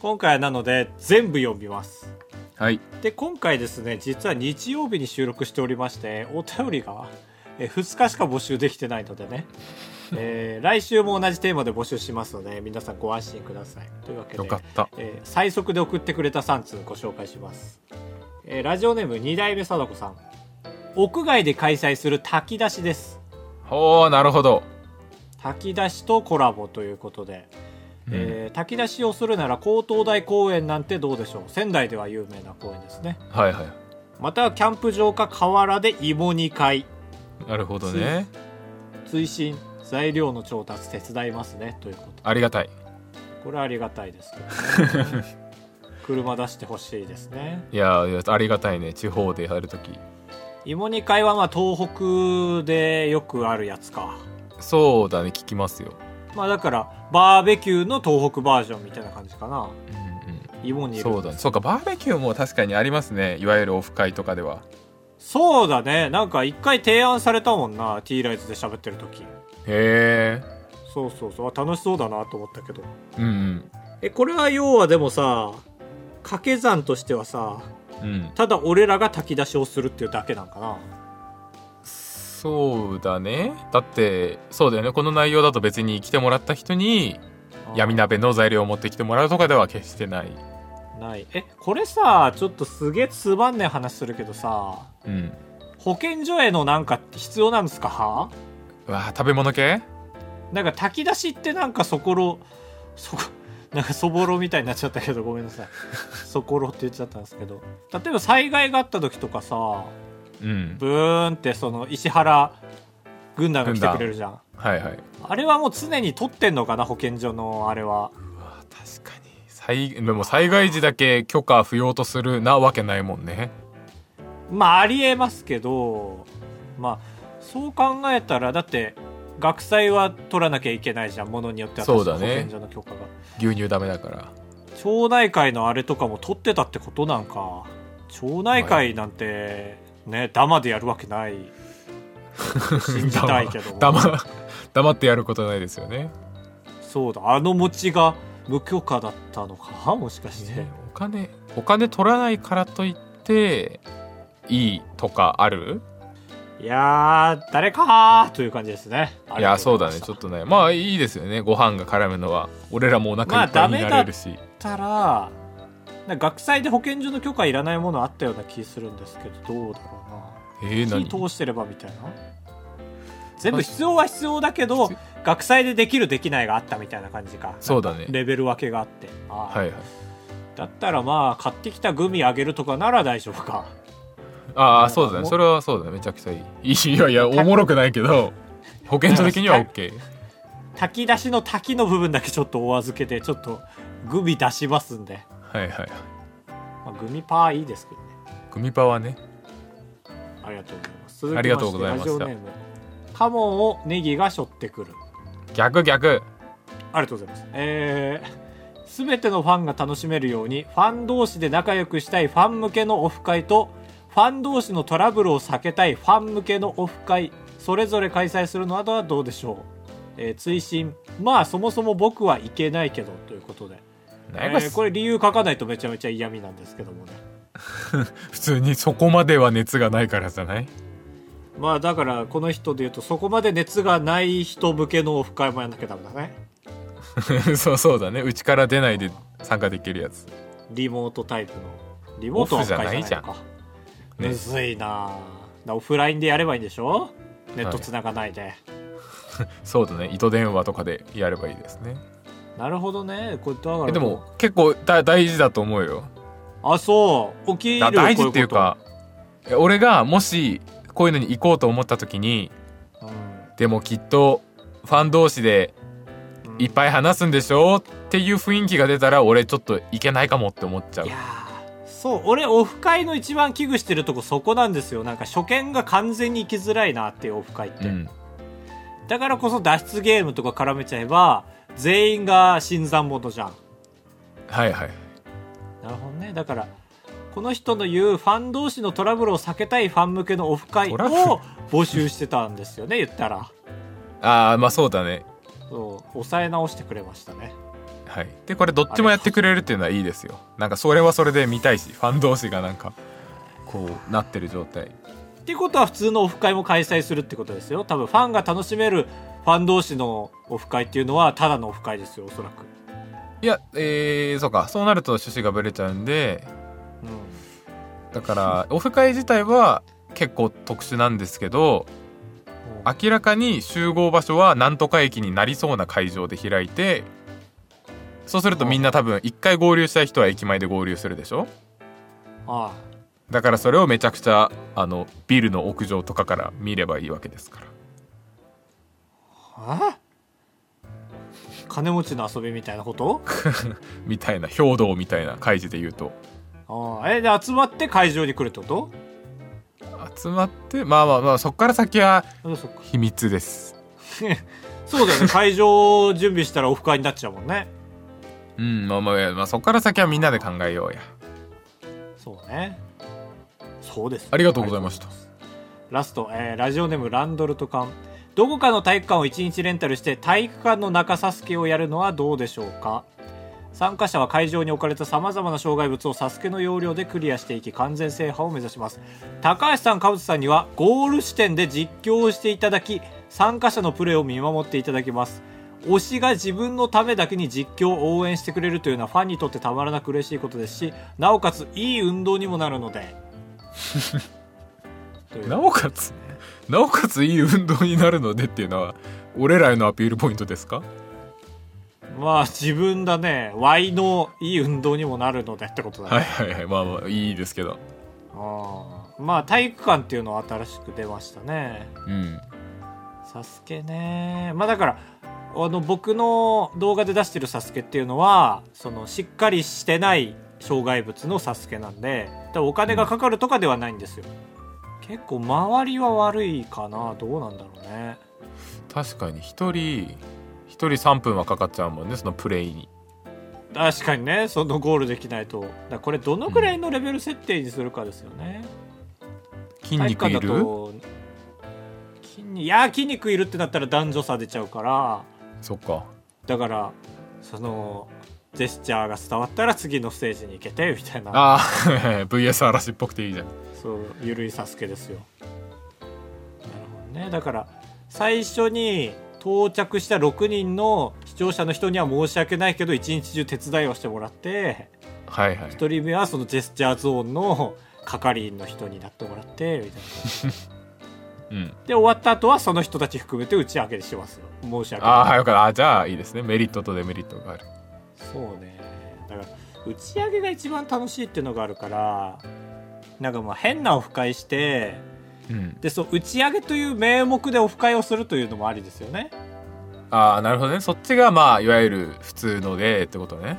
Speaker 2: 今回はなので全部読みます
Speaker 1: はい
Speaker 2: で今回ですね実は日曜日に収録しておりましてお便りがえ2日しか募集できてないのでね、え ー来週も同じテーマで募集しますので皆さんご安心くださいというわけ
Speaker 1: よ
Speaker 2: で
Speaker 1: かった
Speaker 2: えー最速で送ってくれた3通ご紹介します、えーラジオネーム2代目貞子さん屋外で開催する炊き出しです
Speaker 1: おーなるほど
Speaker 2: 炊き出しとコラボということで、えー炊き出しをするなら江東台公園なんてどうでしょう仙台では有名な公園ですね
Speaker 1: はいはい
Speaker 2: またはキャンプ場か河原で芋煮会
Speaker 1: なるほどね
Speaker 2: 追伸材料の調達手伝いますねということ
Speaker 1: ありがたい
Speaker 2: これはありがたいですけど、ね、車出してほしいですね
Speaker 1: いやいやありがたいね地方でやるとき
Speaker 2: 芋煮会はまあ東北でよくあるやつか
Speaker 1: そうだね聞きますよ、
Speaker 2: まあだからバーベキューの東北バージョンみたいな感じかな芋煮
Speaker 1: そうだねそうかバーベキューも確かにありますねいわゆるオフ会とかでは
Speaker 2: そうだねなんか一回提案されたもんな T ライズで喋ってる時
Speaker 1: へえ
Speaker 2: そうそうそうあ楽しそうだなと思ったけど
Speaker 1: うんうん
Speaker 2: えこれは要はでもさ掛け算としてはさ
Speaker 1: うん、
Speaker 2: ただ俺らが炊き出しをするっていうだけなんかな
Speaker 1: そうだねだってそうだよねこの内容だと別に来てもらった人に闇鍋の材料を持ってきてもらうとかでは決してない、
Speaker 2: ないえこれさちょっとすげえつまんねえ話するけどさ
Speaker 1: うん、
Speaker 2: 保健所へのなんかって必要なんですかは
Speaker 1: うわー食べ物系
Speaker 2: なんか炊き出しってなんかそころそこなんかそぼろみたいになっちゃったけどごめんなさいそころって言っちゃったんですけど例えば災害があった時とかさ
Speaker 1: うん
Speaker 2: ブーンってその石原軍団が来てくれるじゃん
Speaker 1: はいはい
Speaker 2: あれはもう常に取ってんのかな保健所のあれは
Speaker 1: あ確かに災でも災害時だけ許可不要とするなわけないもんね
Speaker 2: まあありえますけどまあそう考えたらだって学祭は取らなきゃいけないじゃんものによっては
Speaker 1: そうだね
Speaker 2: 保健所の許可が
Speaker 1: 牛乳ダメだから
Speaker 2: 町内会のあれとかも取ってたってことなんか町内会なんてねダマでやるわけない信じたいけど も
Speaker 1: 黙黙ってやることないですよね
Speaker 2: そうだあの餅が無許可だったのかもしかして
Speaker 1: お金お金取らないからといっていいとかある
Speaker 2: いやー誰かーという感じですね
Speaker 1: いやそうだねちょ
Speaker 2: っ
Speaker 1: っとねまあいいですよねご飯が絡むのは俺らもお腹いっぱいになれるし、
Speaker 2: たらなんか学祭で保健所の許可いらないものあったような気するんですけどどうだろ
Speaker 1: えー、
Speaker 2: うな
Speaker 1: 何
Speaker 2: 火通してればみたいな全部必要は必要だけど
Speaker 1: 必要
Speaker 2: 学祭でできるできないがあったみたいな感じか
Speaker 1: そうだね
Speaker 2: レベル分けがあってあー
Speaker 1: はいはい
Speaker 2: だったらまあ買ってきたグミあげるとかなら大丈夫か
Speaker 1: ああそうだねそれはそうだねめちゃくちゃいいいやい やおもろくないけど保健所的には OK
Speaker 2: 炊き出しの炊きの部分だけちょっとお預けでちょっとグミ出しますんで、
Speaker 1: はいはい
Speaker 2: まあ、グミパーいいですけどね
Speaker 1: 組パワね
Speaker 2: ありがとうございます。続き
Speaker 1: ありがとうございました
Speaker 2: してラジオネームカモンをネギが背負ってくる。
Speaker 1: 逆逆
Speaker 2: ありがとうございます。えーすべてのファンが楽しめるように、ファン同士で仲良くしたいファン向けのオフ会と、ファン同士のトラブルを避けたいファン向けのオフ会、それぞれ開催するのなどはどうでしょう。えー追伸、まあそもそも僕は行けないけど、ということで。え
Speaker 1: なんか
Speaker 2: ーこれ理由書かないとめちゃめちゃ嫌味なんですけどもね。
Speaker 1: 普通にそこまでは熱がないからじゃない
Speaker 2: まあだからこの人で言うとそこまで熱がない人向けのオフ会もやんなきゃダメだね
Speaker 1: そうそうだねうちから出ないで参加できるやつ
Speaker 2: リモートタイプのリモートはオフ会じゃないのか
Speaker 1: オ
Speaker 2: む、
Speaker 1: ね
Speaker 2: ずいなあだオフラインでやればいいんでしょネット繋がないで、
Speaker 1: そうだね糸電話とかでやればいいですね
Speaker 2: なるほどねこれだから
Speaker 1: えでも結構だ大事だと思うよ
Speaker 2: あそう起き
Speaker 1: だ
Speaker 2: る
Speaker 1: 大事っていうかえ俺がもしこういうのに行こうと思った時に
Speaker 2: こういうこ
Speaker 1: でもきっとファン同士で
Speaker 2: とうんうん
Speaker 1: いっぱい話すんでしょっていう雰囲気が出たら俺ちょっといけないかもって思っちゃう
Speaker 2: いやーそう俺オフ会の一番危惧してるとこそこなんですよなんか初見が完全に行きづらいなっていうオフ会って、
Speaker 1: うん
Speaker 2: だからこそ脱出ゲームとか絡めちゃえば全員が新参者じゃん
Speaker 1: はいはい
Speaker 2: なるほどねだからこの人の言うファン同士のトラブルを避けたいファン向けのオフ会
Speaker 1: ト
Speaker 2: を
Speaker 1: ラブル
Speaker 2: 募集してたんですよね言ったら
Speaker 1: ああまあそうだね
Speaker 2: そう抑え直してくれましたね
Speaker 1: はいでこれどっちもやってくれるっていうのはいいですよなんかそれはそれで見たいしファン同士がなんかこうなってる状態
Speaker 2: ってことは普通のオフ会も開催するってことですよ多分ファンが楽しめるファン同士のオフ会っていうのはただのオフ会ですよおそらく、
Speaker 1: いやえー、そうかそうなると趣旨がぶれちゃうんで
Speaker 2: う
Speaker 1: だからオフ会自体は結構特殊なんですけど
Speaker 2: ん、
Speaker 1: 明らかに集合場所はなんとか駅になりそうな会場で開いてそうするとみんな多分一回合流したい人は駅前で合流するでしょ
Speaker 2: あ
Speaker 1: だからそれをめちゃくちゃあのビルの屋上とかから見ればいいわけですから
Speaker 2: ああ金持ちの遊びみたいなこと
Speaker 1: みたいな兵道みたいな開示で言うと
Speaker 2: ああえで集まって会場に来るってこと
Speaker 1: 集まってまあまあまあそっから先は
Speaker 2: あそっか
Speaker 1: 秘密です
Speaker 2: そうだよね会場を準備したらオフ会になっちゃうもんね
Speaker 1: うんまあまあいやまあそっから先はみんなで考えようや
Speaker 2: そうねそうです
Speaker 1: ありがとうございました
Speaker 2: ラスト、えーラジオネームランドルト館どこかの体育館を1日レンタルして体育館の中サスケをやるのはどうでしょうか参加者は会場に置かれたさまざまな障害物をサスケの要領でクリアしていき完全制覇を目指します高橋さん川淵さんにはゴール視点で実況をしていただき参加者のプレーを見守っていただきます推しが自分のためだけに実況を応援してくれるというのはファンにとってたまらなく嬉しいことですしなおかついい運動にもなるのでという
Speaker 1: なおかつなおかついい運動になるのでっていうのは俺らへのアピールポイントですか
Speaker 2: まあ自分だね Y のいい運動にもなるのでってことだね、
Speaker 1: はいはいはいまあまあいいですけど
Speaker 2: うんまあ体育館っていうのは新しく出ましたね
Speaker 1: うん
Speaker 2: サスケねまあだからあの僕の動画で出してるサスケっていうのはそのしっかりしてない障害物のサスケなんで多分お金がかかるとかではないんですよ結構周りは悪いかなどうなんだろうね
Speaker 1: 確かに一人一人3分はかかっちゃうもんねそのプレイに
Speaker 2: 確かにねそのゴールできないとだからこれどのくらいのレベル設定にするかですよね、
Speaker 1: 筋
Speaker 2: 体
Speaker 1: 肉
Speaker 2: 育
Speaker 1: い
Speaker 2: 館だ
Speaker 1: る
Speaker 2: と筋肉いや筋肉いるってなったら男女差出ちゃうから
Speaker 1: そっか
Speaker 2: だからそのジェスチャーが伝わったら次のステージに行けてみたいな
Speaker 1: あ あ VS 嵐っぽくていいじゃん
Speaker 2: そうゆるいサスケですよなるほどねだから最初に到着した6人の視聴者の人には申し訳ないけど一日中手伝いをしてもらって
Speaker 1: はいはい
Speaker 2: 1人目はそのジェスチャーゾーンの係員の人になってもらってみたいな
Speaker 1: うん
Speaker 2: で終わった後はその人たち含めて打ち上げにしますよ申し訳ない
Speaker 1: ああよかったあじゃあいいですねメリットとデメリットがある
Speaker 2: そうねだから打ち上げが一番楽しいっていうのがあるからなんかまあ変なオフ会して
Speaker 1: うん
Speaker 2: でそう打ち上げという名目でオフ会をするというのもありですよね
Speaker 1: ああなるほどねそっちがまあいわゆる普通のでってことね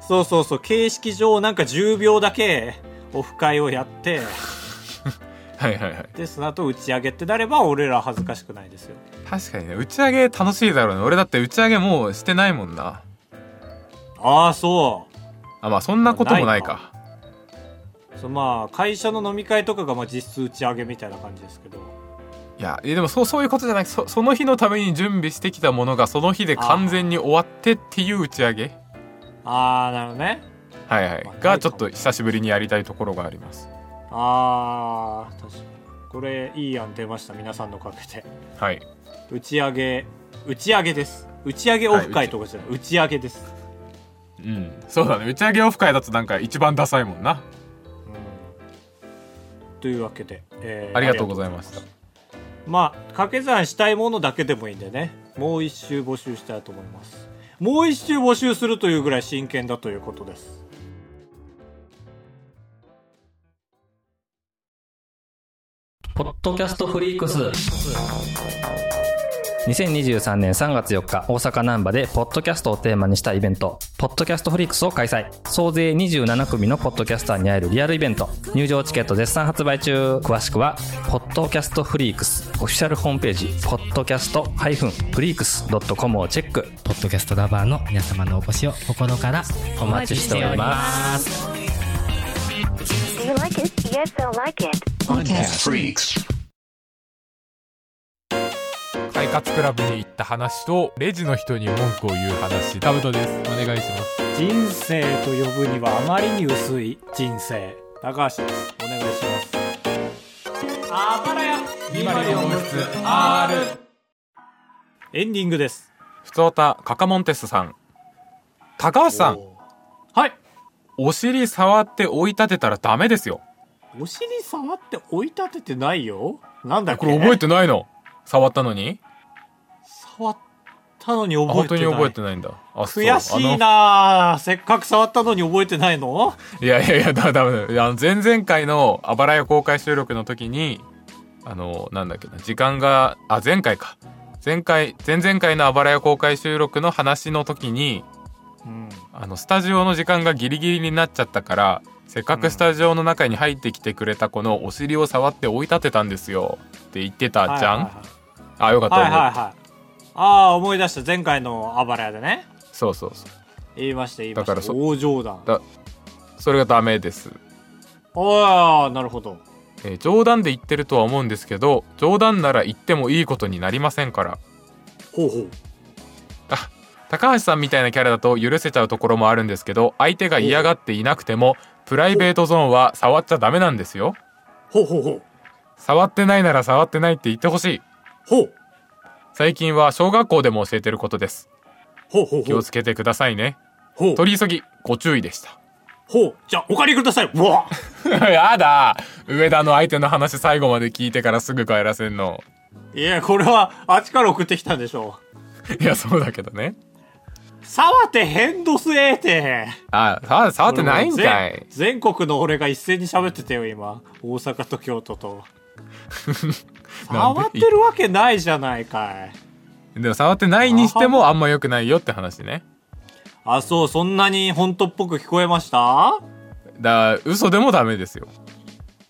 Speaker 2: そうそうそう形式上なんか10秒だけオフ会をやって
Speaker 1: はいはいはい
Speaker 2: でその後打ち上げってなれば俺ら恥ずかしくないですよ
Speaker 1: 確かにね打ち上げ楽しいだろうね俺だって打ち上げもうしてないもんな
Speaker 2: あああそ
Speaker 1: あまあそんなこともないか
Speaker 2: うそうまあ会社の飲み会とかがまあ実質打ち上げみたいな感じですけど
Speaker 1: いやえでもそうそういうことじゃなくそその日のために準備してきたものがその日で完全に終わってっていう打ち上げ
Speaker 2: ああなるほどね
Speaker 1: はいはい
Speaker 2: まあ
Speaker 1: がちょっと久しぶりにやりたいところがあります
Speaker 2: ああ確かにこれいい案出ました皆さんのおかげで
Speaker 1: はい
Speaker 2: 打ち上げ打ち上げです打ち上げオフ
Speaker 1: はい
Speaker 2: 会とかじゃない、打ち上げです、
Speaker 1: うんそうだね打ち上げオフ会だとなんか一番ダサいもんな
Speaker 2: うんというわけで、えー
Speaker 1: ありがとうございました
Speaker 2: まあ掛け算したいものだけでもいいんでねもう一周募集したいと思いますもう一周募集するというぐらい真剣だということです
Speaker 4: ポッドキャストフリークス2023年3月4日大阪難波でポッドキャストをテーマにしたイベントポッドキャストフリークスを開催総勢27組のポッドキャスターに会えるリアルイベント入場チケット絶賛発売中詳しくはポッドキャストフリークスオフィシャルホームページポッドキャスト -freaks.com をチェック
Speaker 5: ポッドキャストラバーの皆様のお越しを心から
Speaker 4: お待ちしております
Speaker 6: Do you like it? Yes, I like it.
Speaker 7: Podcast Freaks.
Speaker 1: 快活クラブに行った話とレジの人に文句を言う話タブトですお願いします
Speaker 2: 人生と呼ぶにはあまりに薄い人生高橋ですお願いしますあばらやエンディングです
Speaker 1: ふつおたカカモンテスさん高橋さん
Speaker 2: はい
Speaker 1: お尻触って追い立てたらダメですよ
Speaker 2: お尻触って追い立ててないよなんだっけ
Speaker 1: これ覚えてないの触ったのに
Speaker 2: 触ったのに
Speaker 1: あ
Speaker 2: 覚え
Speaker 1: 本
Speaker 2: て
Speaker 1: 当
Speaker 2: ない
Speaker 1: に覚えてないんだあそう
Speaker 2: 悔しい
Speaker 1: あ
Speaker 2: なあせっかく触ったのに覚えてないの
Speaker 1: のいやいやいやだだだいやあの前々回のあばらや公開収録の時にあのなんだっけな時間があ前回か前回前々回のあばらや公開収録の話の時に
Speaker 2: うん
Speaker 1: あのスタジオの時間がギリギリになっちゃったからせっかくスタジオの中に入ってきてくれた子のお尻を触って追い立てたんですよって言ってたじゃん、あよかった、
Speaker 2: はいはいはいはいは
Speaker 1: 覚えて
Speaker 2: いはいああー思い出した前回のあばら屋でね
Speaker 1: そうそうそう
Speaker 2: 言いました言いました
Speaker 1: だからそ
Speaker 2: 大冗談
Speaker 1: だそれがダメです
Speaker 2: ああなるほど
Speaker 1: えー冗談で言ってるとは思うんですけど冗談なら言ってもいいことになりませんから
Speaker 2: ほうほう
Speaker 1: あ高橋さんみたいなキャラだと許せちゃうところもあるんですけど相手が嫌がっていなくてもプライベートゾーンは触っちゃダメなんですよ
Speaker 2: ほうほうほう
Speaker 1: 触ってないなら触ってないって言ってほしい
Speaker 2: ほう
Speaker 1: 最近は小学校でも教えてることです
Speaker 2: ほうほう
Speaker 1: 気
Speaker 2: ほう
Speaker 1: をつけてくださいね
Speaker 2: ほう
Speaker 1: 取り急ぎご注意でした
Speaker 2: ほうじゃあお借りくださいうわ
Speaker 1: やだ上田の相手の話最後まで聞いてからすぐ帰らせんの
Speaker 2: いやこれはあっちから送ってきたんでしょ う
Speaker 1: いやそうだけどね
Speaker 2: 触って変動すえーて
Speaker 1: あ触触ってないんかい
Speaker 2: 全全国の俺が一斉に喋ってたよ今大阪と京都と
Speaker 1: なんで
Speaker 2: 触ってるわけないじゃないかい
Speaker 1: でも触ってないにしてもあんま良くないよって話ね。
Speaker 2: あそうそんなに本当っぽく聞こえました
Speaker 1: だから嘘でもダメですよ。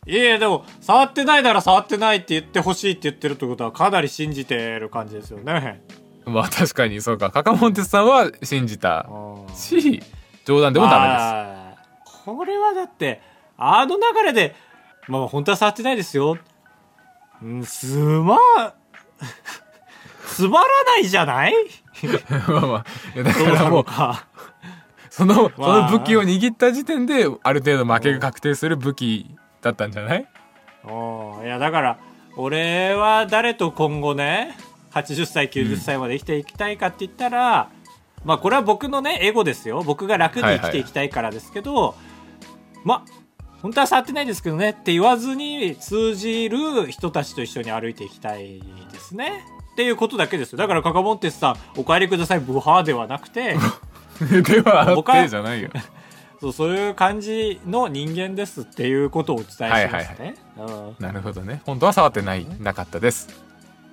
Speaker 2: いやいやでも触ってないなら触ってないって言ってほしいって言ってるってことはかなり信じてる感じですよね
Speaker 1: まあ確かにそうか。カカモンテスさんは信じたし、冗談で
Speaker 2: で
Speaker 1: もダ
Speaker 2: ですこれはだってあの流れでまあ本当は触ってないですようんすま つまらないじゃない
Speaker 1: メ です。まあまあ。いやだ
Speaker 2: ど
Speaker 1: か
Speaker 2: うな
Speaker 1: らも
Speaker 2: の
Speaker 1: う、
Speaker 2: か
Speaker 1: その、そ
Speaker 2: ま
Speaker 1: の
Speaker 2: あ
Speaker 1: 武器を握った時点で、ある程度負けが確定する武器だったんじゃない
Speaker 2: うんいやだから俺は誰と今後ね80歳90歳まで生きていきたいかって言ったら、まあこれは僕のねエゴですよ僕が楽に生きていきたいからですけど、まあ本当は触ってないですけどねって言わずに通じる人たちと一緒に歩いていきたいですねっていうことだけですよだからカカモンテスさん「お帰りくださいブハー」ではなく て
Speaker 1: ではあ
Speaker 2: 他
Speaker 1: ってじゃないよ。
Speaker 2: そうそういう感じの人間ですっていうことをお伝えしますね。うん
Speaker 1: なるほどね。本当は触ってない、なかったです。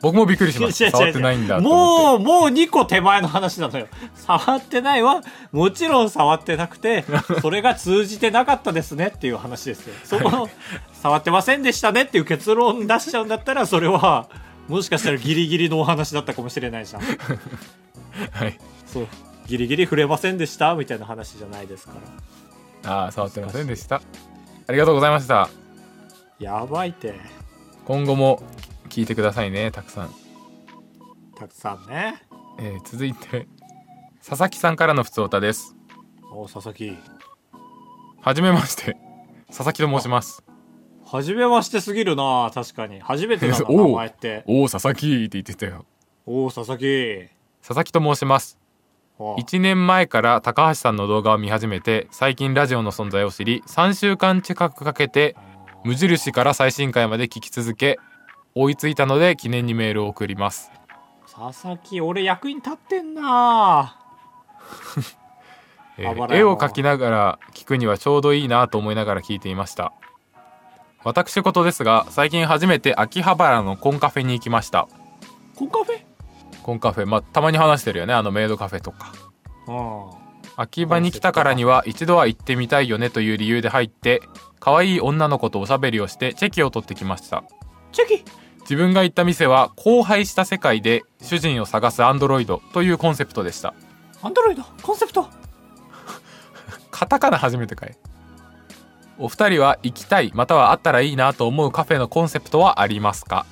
Speaker 1: 僕もびっくりしまし
Speaker 2: 違う違
Speaker 1: た。
Speaker 2: う
Speaker 1: 触ってないんだと思って。
Speaker 2: もう、もう2個手前の話なのよ。 触ってないは、もちろん触ってなく て、それが通じてなかったですねっていう話ですよ。そこの、触ってませんでしたねっていう結論出しちゃうんだったら、それは、もしかしたらギリギリのお話だったかもしれないじゃん。
Speaker 1: はい。
Speaker 2: そう。ギリギリ触れませんでしたみたいな話じゃないですから
Speaker 1: ああ触ってませんでしたありがとうございました
Speaker 2: やばいって
Speaker 1: 今後も聞いてくださいねたくさん、
Speaker 2: たくさんね
Speaker 1: えー続いて佐々木さんからのふつおたです
Speaker 2: お佐々木
Speaker 1: はじめまして佐々木と申します
Speaker 2: 初めましてすぎるな確かに初めてだ な
Speaker 1: おう
Speaker 2: 名前って
Speaker 1: おお佐々木って言ってたよ
Speaker 2: おお佐々木
Speaker 1: 佐々木と申します
Speaker 2: はあ
Speaker 1: 1年前から高橋さんの動画を見始めて最近ラジオの存在を知り3週間近くかけて無印から最新回まで聞き続け追いついたので記念にメールを送ります
Speaker 2: 佐々木俺役に立ってんな
Speaker 1: えー
Speaker 2: あばらや
Speaker 1: 絵
Speaker 2: な
Speaker 1: を描きながら聞くにはちょうどいいなと思いながら聞いていました私事ですが最近初めて秋葉原のコンカフェに行きました
Speaker 2: コンカフェ
Speaker 1: コンカフェまあたまに話してるよねあのメイドカフェとか
Speaker 2: うん
Speaker 1: 秋葉に来たからには一度は行ってみたいよねという理由で入って可愛い女の子とおしゃべりをしてチェキを取ってきました
Speaker 2: チェキ
Speaker 1: 自分が行った店は荒廃した世界で主人を探すアンドロイドというコンセプトでした
Speaker 2: アンドロイドコンセプト
Speaker 1: カタカナ初めてかいお二人は行きたいまたはあったらいいなと思うカフェのコンセプトはありますか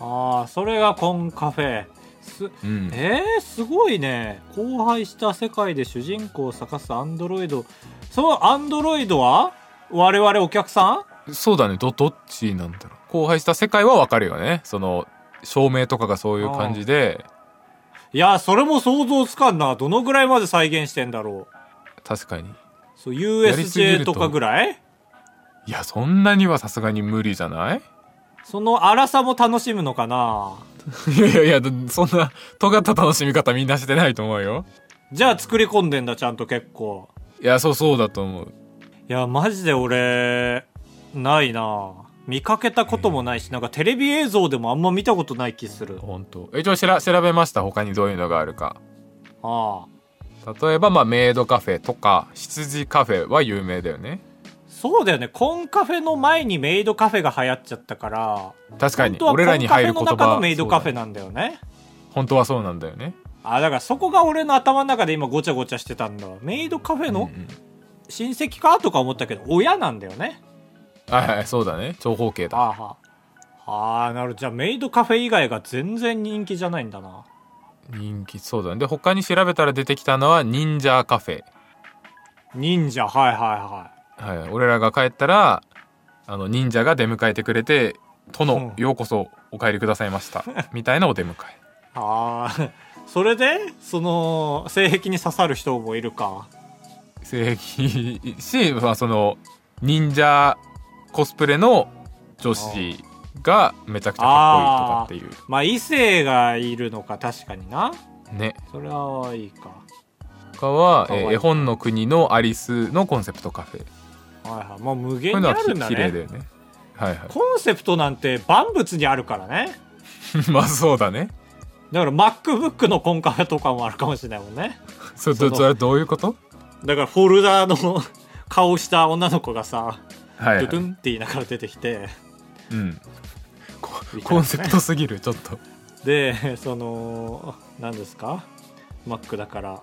Speaker 2: ああそれがコンカフェす
Speaker 1: うん
Speaker 2: えー、すごいね荒廃した世界で主人公を探すアンドロイドそのアンドロイドは我々お客さ
Speaker 1: そうだねどどっちなんだろう荒廃した世界はわかるよねその照明とかがそういう感じで
Speaker 2: んいやそれも想像つかんなどのぐらいまで再現してんだろ
Speaker 1: 確かに
Speaker 2: うそう
Speaker 1: やりすぎ
Speaker 2: USJ
Speaker 1: る
Speaker 2: と
Speaker 1: と
Speaker 2: かぐらい
Speaker 1: いやそんなにはさすがに無理じゃない
Speaker 2: その荒さも楽しむのかない
Speaker 1: やいやいや、だそんな、尖った楽しみ方みんなしてないと思うよ。
Speaker 2: じゃあ作り込んでんだちゃんと結構
Speaker 1: いや、そうそうだと思う。
Speaker 2: いやマジで俺ないな見かけたこともないしなんかテレビ映像でもあんま見たことない気する
Speaker 1: 本当。え、一応しら調べました。他にどういうのがあるか。
Speaker 2: ああ
Speaker 1: 例えば、まあ、メイドカフェとか、羊カフェは有名だよね。
Speaker 2: そうだよねコンカフェの前にメイドカフェが流行っちゃったから
Speaker 1: 確か
Speaker 2: 本
Speaker 1: に、
Speaker 2: 当はコ
Speaker 1: 俺らに
Speaker 2: ンカフ
Speaker 1: 入
Speaker 2: ェ
Speaker 1: る
Speaker 2: の
Speaker 1: 言
Speaker 2: 中
Speaker 1: 葉。
Speaker 2: のメイドカフ
Speaker 1: そ
Speaker 2: ェ
Speaker 1: う
Speaker 2: なんだよね
Speaker 1: だ本当はそうなんだよね。
Speaker 2: あだからそこが俺の頭の中で今ごちゃごちゃしてたんだわメイドカフェ
Speaker 1: うんう
Speaker 2: の
Speaker 1: ん
Speaker 2: 親戚かとか思ったけど親なんだよね
Speaker 1: はいはい、そうだね。長方形だ。
Speaker 2: あーはーあーなるほどじゃあメイドカフェ以外が全然人気じゃないんだな
Speaker 1: 人気、そうだね。で、他に調べたら出てきたのは、忍者カフェ。
Speaker 2: 忍者はいはいは
Speaker 1: はい、俺らが帰ったらあの忍者が出迎えてくれて「
Speaker 2: うん
Speaker 1: 殿、ようこそお帰りくださいました」みたいなお出迎え
Speaker 2: いああ それでその性癖に刺さる人もいるか
Speaker 1: 正義し、まあ、その忍者コスプレの女子がめちゃくちゃかっこいいとかっ
Speaker 2: まあ異性がいるのか確かにな
Speaker 1: ていうね
Speaker 2: それはいいか
Speaker 1: 他は
Speaker 2: かわいい
Speaker 1: えー絵本の国のアリス」のコンセプトカフェこ
Speaker 2: はいはいまあ無
Speaker 1: うい
Speaker 2: 限
Speaker 1: う
Speaker 2: に
Speaker 1: の
Speaker 2: あ
Speaker 1: は
Speaker 2: るんだ
Speaker 1: き綺麗だ
Speaker 2: ね
Speaker 1: よねはいは
Speaker 2: コンセプトなんて万物にあるからね
Speaker 1: い まあそうだね
Speaker 2: だから MacBook のコンカフェとかもあるかもしれないもんね
Speaker 1: それど
Speaker 2: その
Speaker 1: それどういうこと
Speaker 2: だからフォルダーの顔した女の子がさ
Speaker 1: はい、
Speaker 2: ド
Speaker 1: は
Speaker 2: ゥドゥ
Speaker 1: い、
Speaker 2: ンって言いながら出てきて
Speaker 1: うんこコンセプトすぎるちょっと
Speaker 2: でその何ですか Mac だから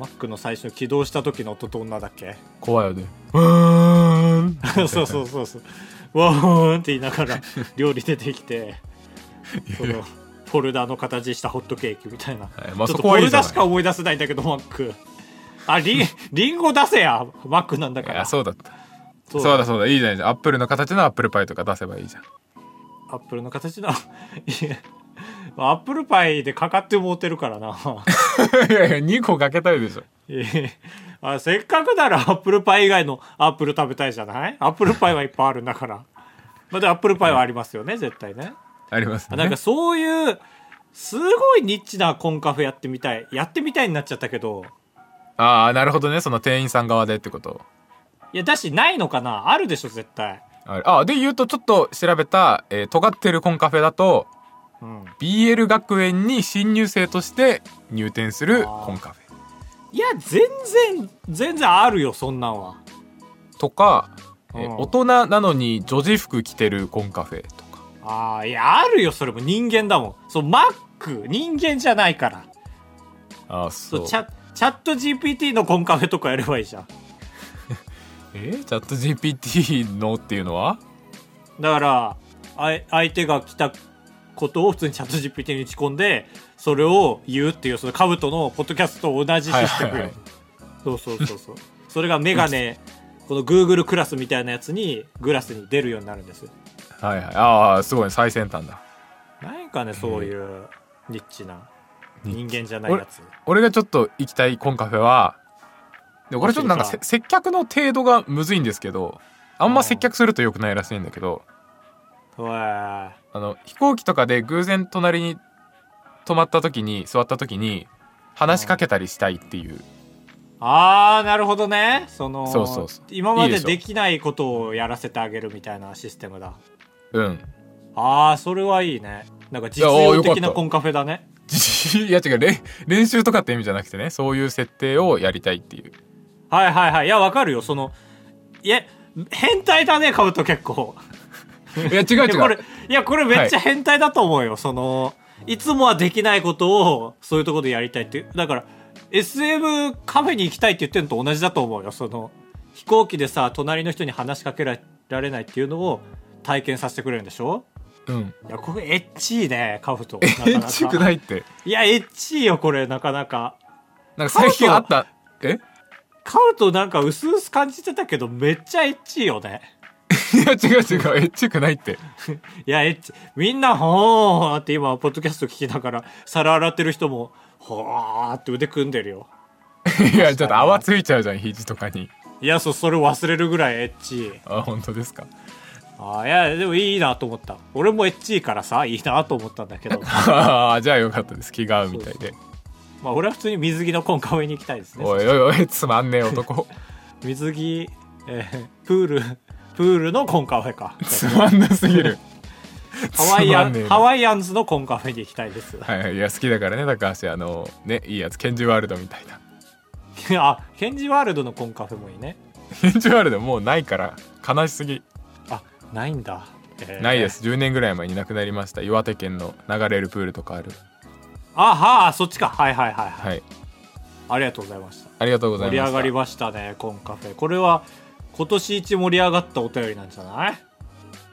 Speaker 2: Mac の最初起動した時の音と女だっけ
Speaker 1: 怖いよね。うーん。
Speaker 2: そうそうそうそうわーんって言いながら料理出てきてそのフォルダーの形したホットケーキみたいな、
Speaker 1: はいまあ
Speaker 2: ちょ
Speaker 1: そ
Speaker 2: っと
Speaker 1: こ
Speaker 2: フォ
Speaker 1: はいい
Speaker 2: ル
Speaker 1: じゃ
Speaker 2: ダ
Speaker 1: ない
Speaker 2: しか思い出せないんだけどマックあリンリンゴ出せやマックなんだか
Speaker 1: い
Speaker 2: ら
Speaker 1: や、そうだった。
Speaker 2: そ
Speaker 1: そううだそうだ。いいじゃんいいじゃん。アップルの形のアップルパイとか出せばいいじゃん。
Speaker 2: アップルの形のいやアップルパイでかかってもうてるから な
Speaker 1: いやいや、2個かけたいでしょ。
Speaker 2: いやあせっかくならアップルパイ以外のアップル食べたいじゃないアップルパイはいっぱいあるんだからまあでもアップルパイはありますよね絶対ね
Speaker 1: あります
Speaker 2: あ
Speaker 1: ね。
Speaker 2: なんかそういうすごいニッチなコンカフェやってみたいやってみたいになっちゃったけど
Speaker 1: ああ、なるほどね。その店員さん側でってこと。
Speaker 2: いやだしないのかなあるでしょ絶対
Speaker 1: あれあ、で言うと、ちょっと調べた、えー尖ってるコンカフェだと、
Speaker 2: うん、
Speaker 1: BL 学園に新入生として入店するコンカフェ
Speaker 2: いや全然全然あるよそんなんは
Speaker 1: とか、えー
Speaker 2: うん
Speaker 1: 大人なのに女児服着てるコンカフェとか。
Speaker 2: ああいやあるよそれも人間だもんそうマック人間じゃないから
Speaker 1: ああ、
Speaker 2: そ
Speaker 1: そうう。
Speaker 2: チャチャット GPT のコンカフェとかやればいいじゃん
Speaker 1: えーチャット GPT のっていうのは
Speaker 2: だからあい相手が来たことを普通にチャット GPT に打ち込んでそれを言うっていうそのカブトのポッドキャストと同じシステムよ、
Speaker 1: はいはいはい
Speaker 2: そうそうそう そうそれがメガネこの Google クラスみたいなやつにグラスに出るようになるんです
Speaker 1: はいはいああすごいね最先端だ
Speaker 2: なんかねそういうニッチな人間じゃない
Speaker 1: 俺
Speaker 2: やつ
Speaker 1: 俺がちょっと行きたいコンカフェはでもこれちょっとなんかせ
Speaker 2: 教え
Speaker 1: 接客の程度がむずいんですけどあんま接客すると良くないらしいんだけど
Speaker 2: うわ
Speaker 1: あの飛行機とかで偶然隣に泊まった時に座った時に話しかけたりしたいっていう
Speaker 2: ーあーなるほどねその
Speaker 1: そうそうそう
Speaker 2: 今ま
Speaker 1: いいで
Speaker 2: で
Speaker 1: しょ
Speaker 2: できないことをやらせてあげるみたいなシステムだ
Speaker 1: うん
Speaker 2: ああそれはいいねなんか
Speaker 1: い
Speaker 2: 実
Speaker 1: やあー
Speaker 2: 用
Speaker 1: よかっ
Speaker 2: 的
Speaker 1: た
Speaker 2: なコンカフェだね
Speaker 1: じいや違うれ練習とかって意味じゃなくてねそういう設定をやりたいっていう
Speaker 2: はいはいはいいやわかるよそのいや変態だねカブト結構
Speaker 1: いや違う
Speaker 2: いや
Speaker 1: 違
Speaker 2: こ
Speaker 1: う
Speaker 2: れいやこれめっちゃ変態だと思うよ、そのいつもはできないことをそういうところでやりたいってだから SM カフェに行きたいって言ってるのと同じだと思うよその飛行機でさ隣の人に話しかけられないっていうのを体験させてくれるんでしょ
Speaker 1: うん
Speaker 2: いやこれエッチいねカブト
Speaker 1: え
Speaker 2: なかなか
Speaker 1: っちくないって
Speaker 2: いやエッチいよこれなかなか
Speaker 1: なんか最近あったえ
Speaker 2: カブトなんか薄々感じてたけどめっちゃエッチいよね
Speaker 1: いや違う違うえっちくないって
Speaker 2: いや、エッチ。みんな、ほーって今、ポッドキャスト聞きながら、皿洗ってる人も、ほーって腕組んでるよ。
Speaker 1: いやちょっと泡ついちゃうじゃん肘とかに
Speaker 2: いや、そ、それ忘れるぐらいエッチ。
Speaker 1: あ本当ですか
Speaker 2: あーいや、でもいいなと思った。俺もエッチいからさ、いいなと思ったんだけど。
Speaker 1: あーじゃあよかったです気が合うみたいで
Speaker 2: まあ、俺は普通に水着のコンカフェに行きたいですね。
Speaker 1: おいおいおいつまんねえ男
Speaker 2: 水着、えープール、プールのコンカフェか。
Speaker 1: つまんなすぎる
Speaker 2: ハワイア
Speaker 1: つまんねえ
Speaker 2: ン、
Speaker 1: な
Speaker 2: ハワイアンズのコンカフェに行きたいです。
Speaker 1: はいはいいや好きだからね高橋あのねいいやつケンジワールドみたいな
Speaker 2: あ、ケンジワールドのコンカフェもいいね。
Speaker 1: ケンジワールドもうないから悲しすぎ
Speaker 2: あ、ないんだ。えー
Speaker 1: ないです10年ぐらい前に亡くなりました岩手県の流れるプールとかある
Speaker 2: あはあそっちかはいはいはい、はい、
Speaker 1: はい
Speaker 2: ありがとうございました
Speaker 1: ありがとうござい
Speaker 2: 盛
Speaker 1: ます
Speaker 2: り上がりましたねコンカフェこれは今年一盛り上がったお便りなんじゃない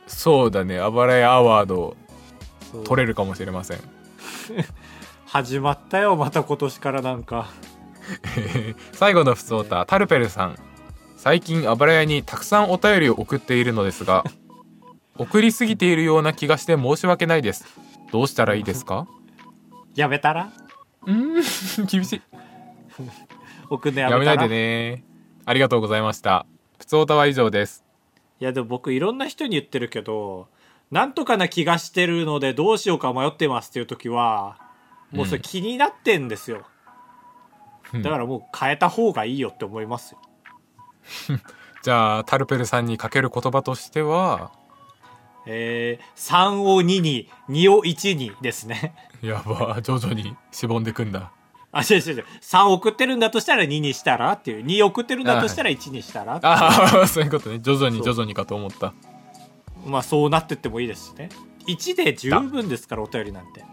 Speaker 1: そうだねあばらやアワード
Speaker 2: そう
Speaker 1: 取れるかもしれません
Speaker 2: 始まったよまた今年からなんか
Speaker 1: 最後の不相タタルペルさん最近あばらやにたくさんお便りを送っているのです が送りすぎているような気がして申し訳ないですどうしたらいいですか
Speaker 2: やめたら
Speaker 1: うーん 厳しい
Speaker 2: 送んのや
Speaker 1: やめ
Speaker 2: めた
Speaker 1: な
Speaker 2: ら
Speaker 1: いでねありがとうございましたふつおたは以上です
Speaker 2: いやでも僕いろんな人に言ってるけどなんとかな気がしてるのでどうしようか迷ってますっていう時はもうそれ気になってんですよ、
Speaker 1: うん
Speaker 2: だからもう変えた方がいいよって思いますよ
Speaker 1: じゃあタルペルさんにかける言葉としては
Speaker 2: えー、3を2に2を1にですね
Speaker 1: やば徐々にしぼんでくんだ
Speaker 2: あ、違う違う違う。3送ってるんだとしたら2にしたらっていう。2送ってるんだとしたら1にしたらっ ていう
Speaker 1: ああ そういうことね徐々に
Speaker 2: そ
Speaker 1: 徐
Speaker 2: う
Speaker 1: 々にかと思った
Speaker 2: まあそうなってってもいいですしね。1で十分ですから、お便りなんて。
Speaker 1: い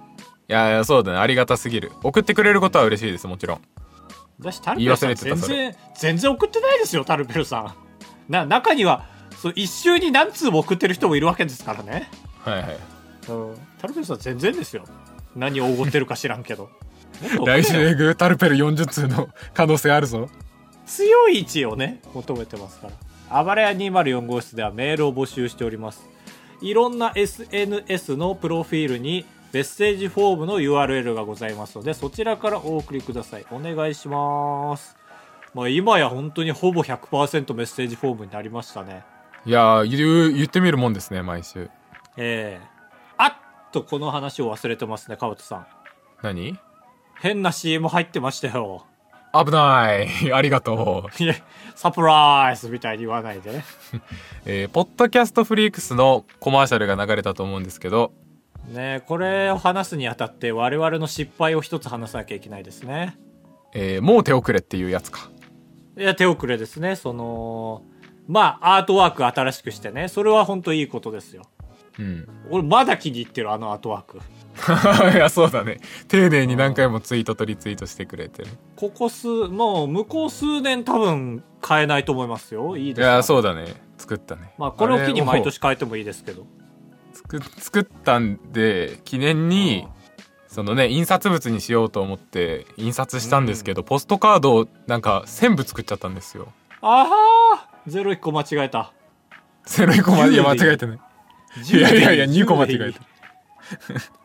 Speaker 1: やいやそうだねありがたすぎる送ってくれることは嬉しいですもちろん
Speaker 2: 私、タルペルさん
Speaker 1: 言い忘れ
Speaker 2: 全
Speaker 1: てたそ
Speaker 2: 然、全然送ってないですよ、タルペルさん。な、中には、そう、一週に何通も送ってる人もいるわけですからね。
Speaker 1: はいはい
Speaker 2: うん。タルペルさん全然ですよ。何をおごってるか知らん けど。もっと送れ
Speaker 1: 来
Speaker 2: よ
Speaker 1: 週えぐタルペル40通の可能性あるぞ
Speaker 2: 強い位置をね求めてますから暴れ屋204号室ではメールを募集しておりますいろんな SNS のプロフィールにメッセージフォームの URL がございますのでそちらからお送りくださいお願いしますまあ今や本当にほぼ100%メッセージフォームになりましたね
Speaker 1: いやー言う言ってみるもんですね毎週
Speaker 2: ええあっとこの話を忘れてますね川トさん
Speaker 1: 何
Speaker 2: 変な CM 入ってましたよ
Speaker 1: 危ない ありがとう、
Speaker 2: いやサプライズみたいに言わないで
Speaker 1: えーポッドキャストフリークスのコマーシャルが流れたと思うんですけど
Speaker 2: ねえこれを話すにあたって我々の失敗を一つ話さなきゃいけないですね
Speaker 1: えーもう手遅れっていうやつか
Speaker 2: いや手遅れですねそのまあアートワーク新しくしてねそれは本当いいことですよ
Speaker 1: うん、
Speaker 2: 俺まだ気に入ってるあの後枠
Speaker 1: いやそうだね丁寧に何回もツイートとリツイートしてくれてる
Speaker 2: ここ数もう向こう数年多分変えないと思いますよいい
Speaker 1: い
Speaker 2: ですか
Speaker 1: やそうだね作ったね
Speaker 2: まあこれを機に毎
Speaker 1: あれを
Speaker 2: 年変えてもいいですけど
Speaker 1: 作作ったんで記念にそのね印刷物にしようと思って印刷したんですけど、ポストカードをなんか1000部作っちゃったんですよ。
Speaker 2: あはーゼロ一個間違えた
Speaker 1: 0個までいや間違えてない。いやいやいや2個間違えた。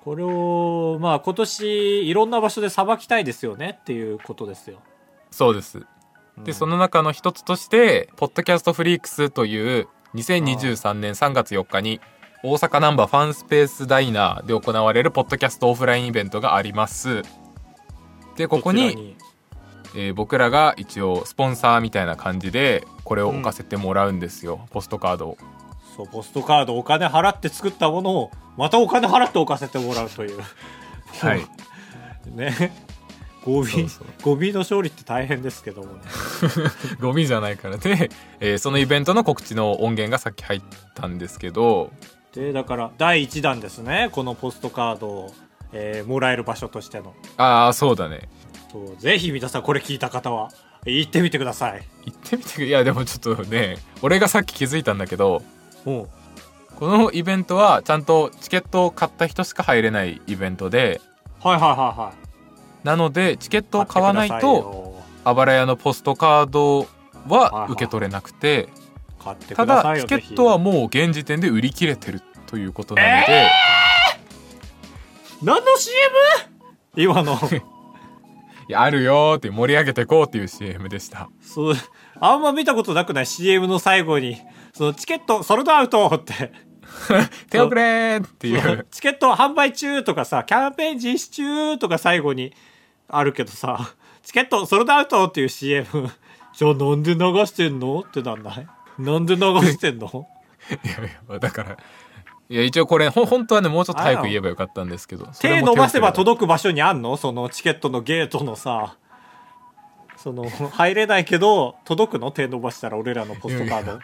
Speaker 2: これをまあ今年いろんな場所でさばきたいですよねっていうことですよ
Speaker 1: そうです。で、その中の一つとして「ポッドキャストフリークス」という2023年3月4日に大阪ナンバーファンスペースダイナーで行われるポッドキャストオフラインイベントがあります。でここ
Speaker 2: どちら
Speaker 1: にえー僕らが一応スポンサーみたいな感じでこれを置かせてもらうんですよ、ポストカードを
Speaker 2: そうポストカードお金払って作ったものをまたお金払って置かせてもらうという
Speaker 1: はい
Speaker 2: ねゴミ
Speaker 1: そうそう
Speaker 2: ゴミの勝利って大変ですけどもね
Speaker 1: ゴミじゃないからで、 えーそのイベントの告知の音源がさっき入ったんですけど
Speaker 2: でだから第1弾ですねこのポストカードを、えーもらえる場所としての
Speaker 1: ああそうだね
Speaker 2: そうぜひ皆さんこれ聞いた方は行ってみてください
Speaker 1: 行ってみてくいやでもちょっとね俺がさっき気づいたんだけど
Speaker 2: も
Speaker 1: このイベントはちゃんとチケットを買った人しか入れないイベントで
Speaker 2: うはいはいはいはい
Speaker 1: なのでチケットを買わないとあばら屋のポストカードは受け取れなくて
Speaker 2: 買って
Speaker 1: た
Speaker 2: くださ
Speaker 1: だ
Speaker 2: いよ
Speaker 1: チケットはもう現時点で売り切れてるということなので、
Speaker 2: 何の CM? 今の
Speaker 1: いやあるよーって盛り上げていこうっていう CM でした
Speaker 2: そうあんま見たことなくない CM の最後にそのチケットソルドアウトって
Speaker 1: 手遅れーっていう
Speaker 2: チケット販売中とかさキャンペーン実施中とか最後にあるけどさチケットソルドアウトっていう CM じゃあなんで流してんのってなんないなんで流してんの
Speaker 1: いやいやだからいや一応これほ本当はねもうちょっと早く言えばよかったんですけどそれ
Speaker 2: 手
Speaker 1: も
Speaker 2: 伸ばせば
Speaker 1: 手遅れだ
Speaker 2: 届く場所にあんのそのチケットのゲートのさその入れないけど届くの手伸ばしたら俺らのポストカー
Speaker 1: いやい
Speaker 2: ド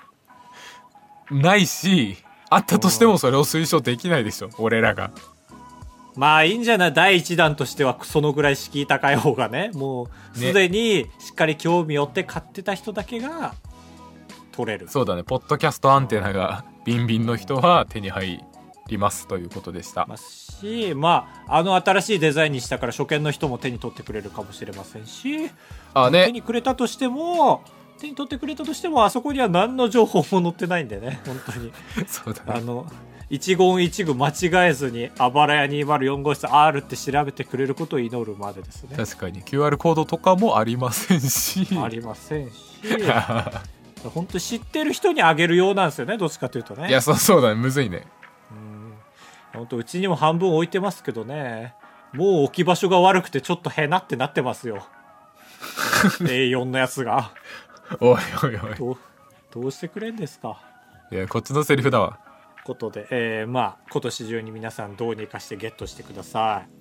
Speaker 1: ないしあったとしてもそれを推奨できないでしょ俺らが
Speaker 2: まあいいんじゃない第1弾としてはそのぐらい敷居高い方がねもう
Speaker 1: ね
Speaker 2: すでにしっかり興味を追って買ってた人だけが取れる、
Speaker 1: そうだねポッドキャストアンテナがビンビンの人は手に入りますということでした
Speaker 2: ますしまああの新しいデザインにしたから初見の人も手に取ってくれるかもしれませんし
Speaker 1: あ
Speaker 2: 手
Speaker 1: ね
Speaker 2: にくれたとしても手に取ってくれたとしてもあそこには何の情報も載ってないんでね本当に
Speaker 1: そうだ
Speaker 2: あ
Speaker 1: ね
Speaker 2: の一言一句間違えずにあばらや204号室 R って調べてくれることを祈るまでですね
Speaker 1: 確かに QR コードとかもありませんし
Speaker 2: ありませんし 本当知ってる人にあげるようなんですよねどっちかというとね
Speaker 1: いやそうそうだねむずいね
Speaker 2: 本当うちにも半分置いてますけどねもう置き場所が悪くてちょっとへなってなってま すよ A4 のやつが
Speaker 1: おいおいおい
Speaker 2: どうどうしてくれんですか
Speaker 1: いやこっちのセリフだわ
Speaker 2: ことで、えーまあ今年中に皆さんどうにかしてゲットしてください